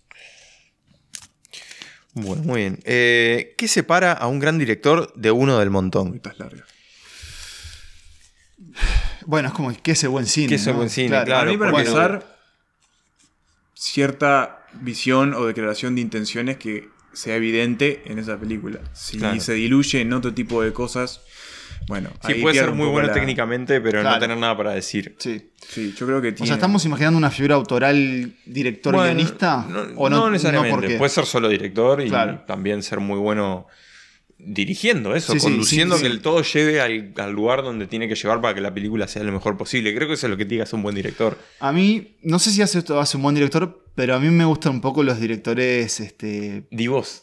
Bueno, muy bien. Eh, ¿Qué separa a un gran director de uno del montón? Estás larga. Bueno, es como que ese buen cine. Que ese ¿no? buen cine, Para Claro, mí, para porque- empezar, cierta visión o declaración de intenciones que sea evidente en esa película. Si Claro. se diluye en otro tipo de cosas, bueno. Sí, ahí puede pierde ser un muy poco bueno la- técnicamente, pero no Claro. tener nada para decir. Sí. Sí, yo creo que tiene. O sea, ¿estamos imaginando una figura autoral, director, Bueno, guionista? No, ¿O no no, necesariamente. pues- no porque- Puede ser solo director y Claro. también ser muy bueno dirigiendo eso, Sí, sí, conduciendo sí, que sí. el todo lleve al, al lugar donde tiene que llevar para que la película sea lo mejor posible. Creo que eso es lo que te digas un buen director. A mí, no sé si hace, esto- hace un buen director, pero a mí me gustan un poco los directores este, Di vos.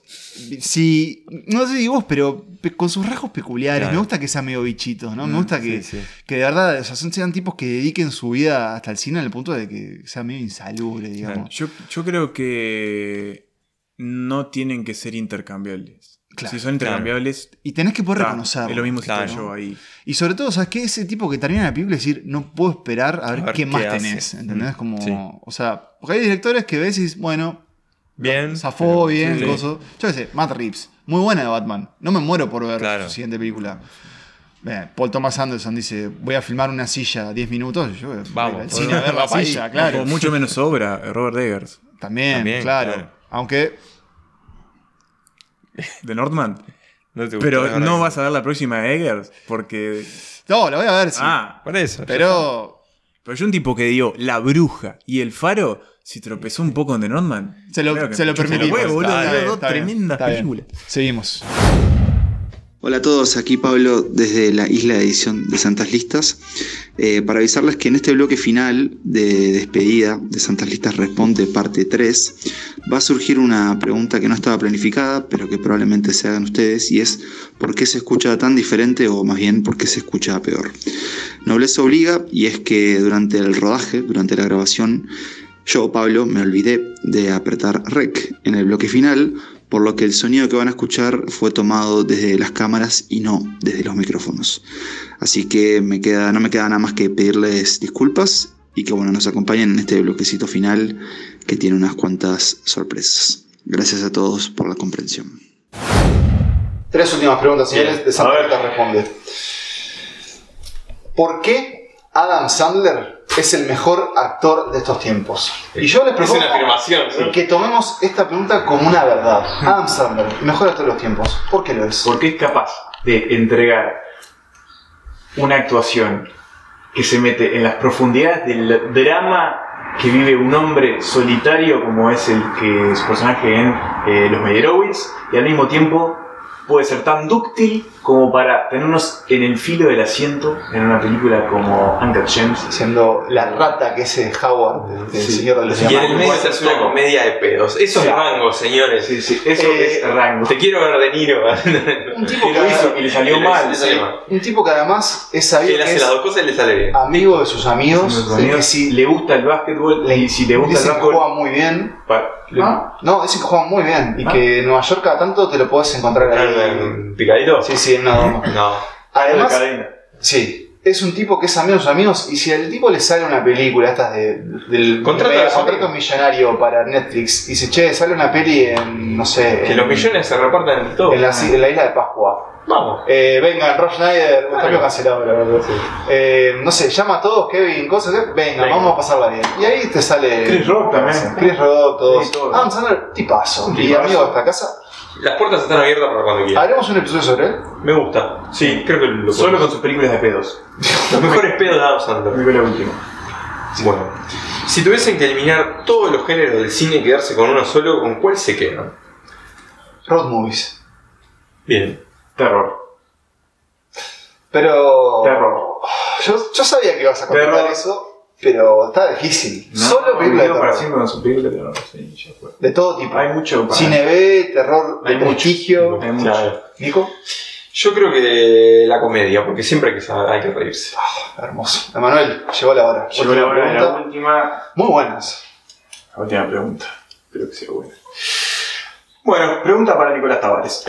Sí, no sé si vos, pero pe- con sus rasgos peculiares. Claro. Me gusta que sea medio bichitos, ¿no? Me gusta que, sí, sí. que de verdad o sea, son- sean tipos que dediquen su vida hasta el cine al punto de que sea medio insalubre, digamos. Yo, yo creo que no tienen que ser intercambiables. Claro. si son intercambiables, Y tenés que poder ta, reconocerlo. Ah, es lo mismo si Claro. estoy yo ahí. Y sobre todo, ¿sabes qué? Ese tipo que termina la película y decir, no puedo esperar a ver, A ver qué, qué más hace. tenés. ¿Entendés? Mm, Como, sí. O sea, porque hay directores que ves y dices, bueno, Bien. pero- zafó bien, Sí. coso. Yo qué sé, Matt Reeves, muy buena de Batman. No me muero por ver Claro. su siguiente película. Eh, Paul Thomas Anderson dice, voy a filmar una silla 10 minutos. Yo voy a- Vamos, voy al cine a ver la vamos ahí. silla, claro. O mucho menos obra, eh, Robert Eggers. También, También, claro. claro. Aunque, De Northman. No te gustó, la Pero verdad no que- vas a ver la próxima de Eggers, porque. no, la voy a ver, sí. Ah, Por eso. pero pero yo un tipo que dio La Bruja y El Faro, si tropezó un poco en The Northman. se lo, claro que se lo mucho permitimos. huevo, boludo, Está dio bien, dos está bien, tremendas está bien. películas. Seguimos. Hola a todos, aquí Pablo desde la isla de edición de Santas Listas. Eh, para avisarles que en este bloque final de despedida de Santas Listas Responde parte 3 va a surgir una pregunta que no estaba planificada, pero que probablemente se hagan ustedes, y es ¿por qué se escucha tan diferente o más bien por qué se escucha peor? Nobleza obliga, y es que durante el rodaje, durante la grabación, yo, Pablo, me olvidé de apretar REC en el bloque final, por lo que el sonido que van a escuchar fue tomado desde las cámaras y no desde los micrófonos. Así que me queda, no me queda nada más que pedirles disculpas y que bueno, nos acompañen en este bloquecito final que tiene unas cuantas sorpresas. Gracias a todos por la comprensión. Tres últimas preguntas, señores. De Sandler te responde. ¿Por qué Adam Sandler es el mejor actor de estos tiempos? Y yo les propongo que tomemos esta pregunta como una verdad. Adam Sandler, mejor actor de los tiempos. ¿Por qué lo es? porque es capaz de entregar una actuación que se mete en las profundidades del drama que vive un hombre solitario como es el que su personaje en eh, Los Meyerowitz y al mismo tiempo puede ser tan dúctil como para tenernos en el filo del asiento en una película como Uncut Gems. Siendo la rata que es eh, Howard, el señor de los Y en el diamantes. medio hacerse una comedia de pedos. Eso es rango, señores. Sí, sí, eso Eh, es rango. Te quiero ver de Niro. Un tipo Que lo que- hizo y le salió Que lo hizo, mal. le salió mal. Un tipo que además es sabido Que él que hace es las dos cosas y le sale bien. amigo de sus amigos. Nuestro de amigo, que si le gusta el básquetbol le, y si le gusta el dicen que básquetbol... juega muy bien. pa- le- ¿Ah? No, dicen que juegan muy bien y Ah. que en Nueva York cada tanto te lo podés encontrar ahí. ¿En picadito? Sí, sí, en una doma. No. Además, de cadena. sí, es un tipo que es amigo de sus amigos y si al tipo le sale una película, estas de, del Contrata de a los contrato amigos. millonario para Netflix y dice, che, sale una peli en, no sé, Que en, los millones se repartan entre todos. en la, en la isla de Pascua. Vamos. Eh, vengan, Rob Schneider, está medio cancelado, la verdad. Sí. Eh, no sé, llama a todos, Kevin, cosas, eh, venga, Venga. vamos a pasarla bien. Y ahí te sale... Chris Rock también. Chris Rock, todos. Sí, todos. Adam Sandler, tipazo. Un Y tipazo. amigo de esta casa. Las puertas están abiertas para cuando quieras. Haremos un episodio sobre él. Me gusta. Sí, creo que lo Solo podemos. con sus películas de pedos. Los mejores pedos de Adam Sandler. Digo la última. Bueno, si tuviesen que eliminar todos los géneros del cine y quedarse con uno solo, ¿con cuál se quedan? Road movies. Bien. Terror. Pero. Terror. Yo, yo sabía que ibas a comentar Terror. eso, pero está difícil. Solo películas de vivido para terror. siempre con su película de terror. Sí, ya fue. De todo tipo. Hay mucho para- Cine B, terror de Hay mucho. prestigio. Hay mucho. Claro. Nico, Yo creo que la comedia, porque siempre hay que, sa- hay que reírse. hermoso. Emanuel, llegó la hora. Llegó la Última hora de la pregunta. última. Muy buenas. La última pregunta. Espero que sea buena. Bueno, pregunta para Nicolás Tavares.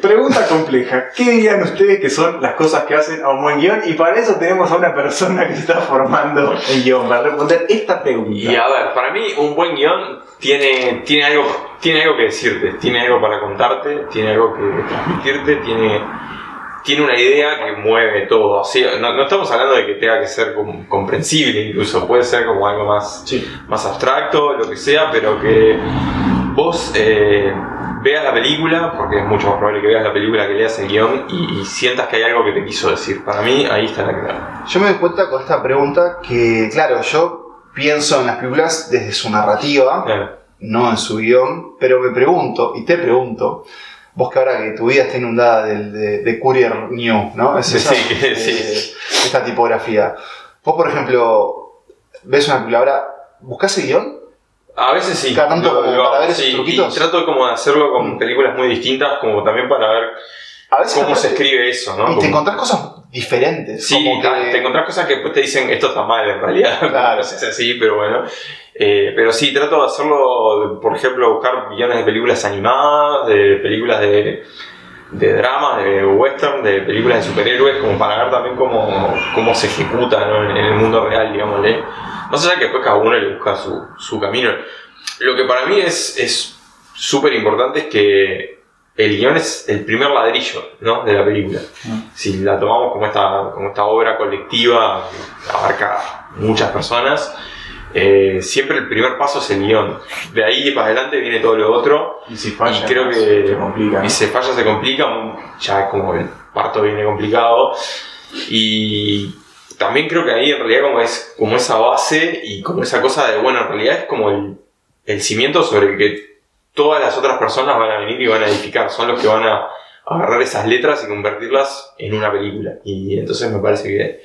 Pregunta compleja. ¿Qué dirían ustedes que son las cosas que hacen a un buen guión? Y para eso tenemos a una persona que está formando el guión para responder esta pregunta. Y a ver, para mí un buen guión tiene, tiene, algo, tiene algo que decirte, tiene algo para contarte, tiene algo que transmitirte, tiene, tiene una idea que mueve todo. Así, no, no estamos hablando de que tenga que ser com- comprensible incluso, puede ser como algo más, más abstracto, lo que sea, pero que vos eh, veas la película, porque es mucho más probable que veas la película que leas el guión y, y sientas que hay algo que te quiso decir. Para mí ahí está la clave. Yo me doy cuenta con esta pregunta que, claro, yo pienso en las películas desde su narrativa. Claro. no en su guión, pero me pregunto, y te pregunto, vos que ahora que tu vida está inundada del- de, de, Courier New, ¿no? Es esa, Sí, eh, sí. esta tipografía. Vos, por ejemplo, ves una película ahora, ¿buscás el guión? A veces sí. Cada tanto como para hago, ver esos truquitos. Y trato como de hacerlo con películas muy distintas, como también para ver A veces cómo se aparte- escribe eso, ¿no? Y te Como- encontrás cosas diferentes. Sí, como ta- que- te encontrás cosas que después te dicen esto está mal en realidad. Claro. es así, pero bueno. Eh, pero sí, trato de hacerlo, de, por ejemplo, buscar guiones de películas animadas, de películas de, de dramas, de western, de películas de superhéroes, como para ver también cómo, cómo se ejecuta ¿no? en, en el mundo real, digámosle. Más allá que después cada uno le busca su, su camino. Lo que para mí es es súper importante es que el guión es el primer ladrillo ¿no? de la película si la tomamos como esta, como esta obra colectiva que abarca muchas personas, eh, siempre el primer paso es el guión. De ahí para adelante viene todo lo otro. Y si falla, Y creo más, que se complica, ¿no? Y si falla, se complica. Ya es como el parto viene complicado. Y también creo que ahí en realidad como es como esa base y como esa cosa de, bueno, en realidad es como el, el cimiento sobre el que todas las otras personas van a venir y van a edificar. Son los que van a agarrar esas letras y convertirlas en una película. Y entonces me parece que,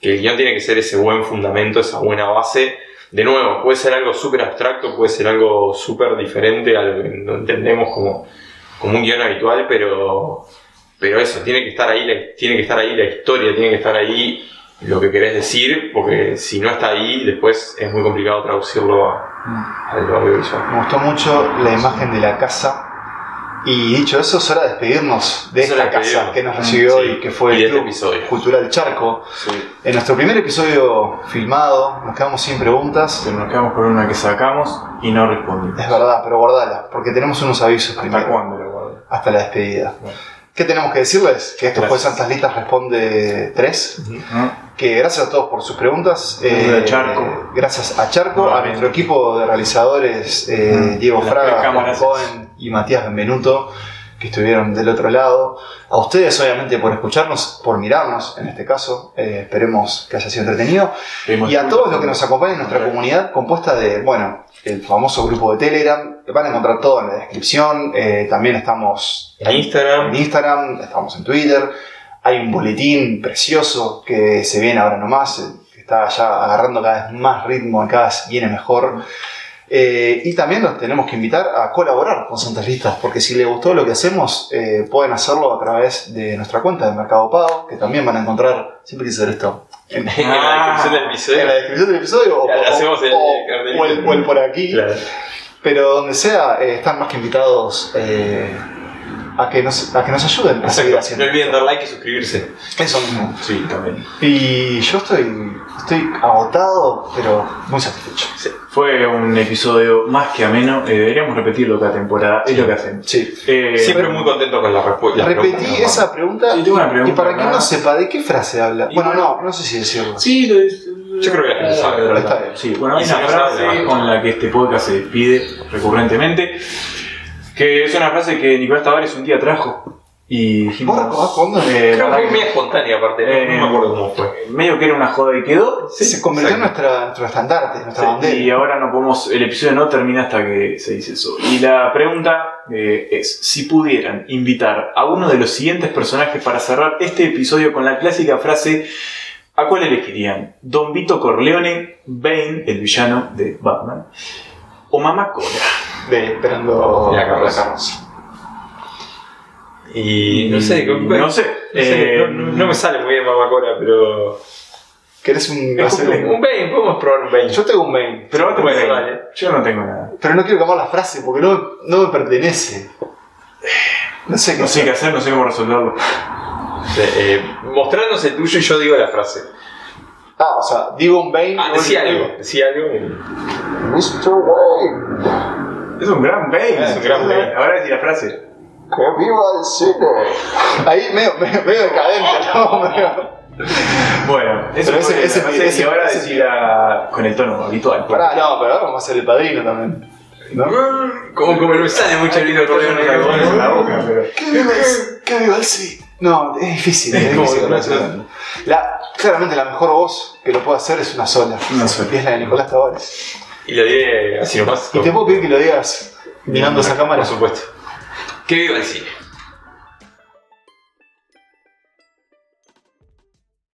que el guión tiene que ser ese buen fundamento, esa buena base. De nuevo, puede ser algo súper abstracto, puede ser algo súper diferente a lo que no entendemos como, como un guión habitual, pero, pero eso, tiene que, estar ahí la, tiene que estar ahí la historia, tiene que estar ahí lo que querés decir, porque si no está ahí, después es muy complicado traducirlo a- Mm. al audiovisual. Me gustó mucho la imagen de la casa. Y dicho eso, es hora de despedirnos de Es hora esta de casa despedirnos. que nos recibió Sí. y que fue Y de el este Club Cultural Charco. En nuestro primer episodio filmado, nos quedamos sin preguntas. Nos quedamos con una que sacamos y no respondimos. Es verdad, pero guardala, porque tenemos unos avisos primero. ¿Hasta cuándo lo Hasta la despedida. ¿Qué tenemos que decirles? Que esto fue Gracias. Santas Listas Responde 3. Que gracias a todos por sus preguntas. Eh, Gracias a Charco. Gracias a Charco, a nuestro equipo de realizadores, eh, Ujú. Diego Las Fraga, tres Juan cámaras. Cohen y Matías Benvenuto, que estuvieron del otro lado. A ustedes, obviamente, por escucharnos, por mirarnos, en este caso. Eh, esperemos que haya sido entretenido. Y a todos los que nos acompañan en nuestra comunidad, compuesta de, bueno, el famoso grupo de Telegram. Van a encontrar todo en la descripción. Eh, también estamos En Instagram. en Instagram, estamos en Twitter. Hay un boletín precioso que se viene ahora nomás, eh, que está ya agarrando cada vez más ritmo, cada vez viene mejor. Eh, y también los tenemos que invitar a colaborar con Santas Listas, porque si les gustó lo que hacemos, eh, pueden hacerlo a través de nuestra cuenta de Mercado Pago, que también van a encontrar, siempre quise hacer esto, en, En la Ah. descripción del episodio. en la descripción del episodio o, o- Hacemos el o- cartelito. o el- o el por aquí. Claro. Pero donde sea, eh, están más que invitados eh, a, que nos, a que nos ayuden a seguir Exacto. haciendo. No olviden dar like y suscribirse. Eso mismo. Sí, también. Y yo estoy, estoy agotado, pero muy satisfecho. Fue un episodio más que ameno. eh, deberíamos repetirlo cada temporada. Es lo que hacemos. Eh, Sí. Siempre muy contento con la respuesta. Eh, Repetí esa pregunta, Sí, tengo una pregunta y para quien no acá. sepa de qué frase habla. Bueno, no, no sé si decirlo. Sí, Yo creo que la gente sabe. Pero Eh, Está está bien. bien. Sí, bueno, hay Y una si no frase sabe, con la que este podcast se despide recurrentemente, que es una frase que Nicolás Tavares un día trajo y dijimos... ¿Vos recordás cuándo? eh, Creo que guardá- es media espontánea aparte, no- no, eh, me acuerdo cómo fue. Medio que era una joda y quedó. se convirtió en nuestra, nuestro estandarte, nuestra bandera. Y ahora no podemos, el episodio no termina hasta que se dice eso. Y la pregunta eh, es, si pudieran invitar a uno de los siguientes personajes para cerrar este episodio con la clásica frase, ¿a cuál elegirían? ¿Don Vito Corleone, Bane, el villano de Batman? ¿O Mamá Cola? de esperando La carroza. Y no sé, Mm, no sé. no, sé, Eh, no- no- no me sale muy bien Mamacora, pero. ¿Querés un, Es hacer un- Un Bane, podemos probar un Bane. Yo tengo un mail. Pero otro Bueno, Bane. vale. Yo no tengo nada. Pero no quiero cambiar la frase porque no, no me pertenece. No sé qué No sé hacer. qué hacer, no sé cómo resolverlo. Eh, eh, mostrarnos el tuyo y yo digo la frase. Ah, o sea, digo un Bane. Ah, no decía un- algo, decía algo. y- Mr. Wayne, Es un gran Bane. Es un gran Bane. Ahora decir la frase. que viva el cine. Ahí medio, medio, medio decadente, ¿no? Medio- Bueno, eso Pero ese- fue la ese- frase, ese- y ahora ese- decirla con el tono habitual. Pará, no, pero ahora vamos a hacer el padrino también. ¿No? Mm, Como, como no me sale mucho el Vito Corleone. Con la boca, pero- Que viva el, que viva el cine. No, es difícil. Es Es como difícil que no hacer. sé. La- claramente la mejor voz que lo puede hacer es una sola. Una sola. Y es la de Nicolás Tavares. Y lo diré así nomás. Y te puedo pedir que lo digas mirando esa cámara. Por supuesto. Que viva el cine.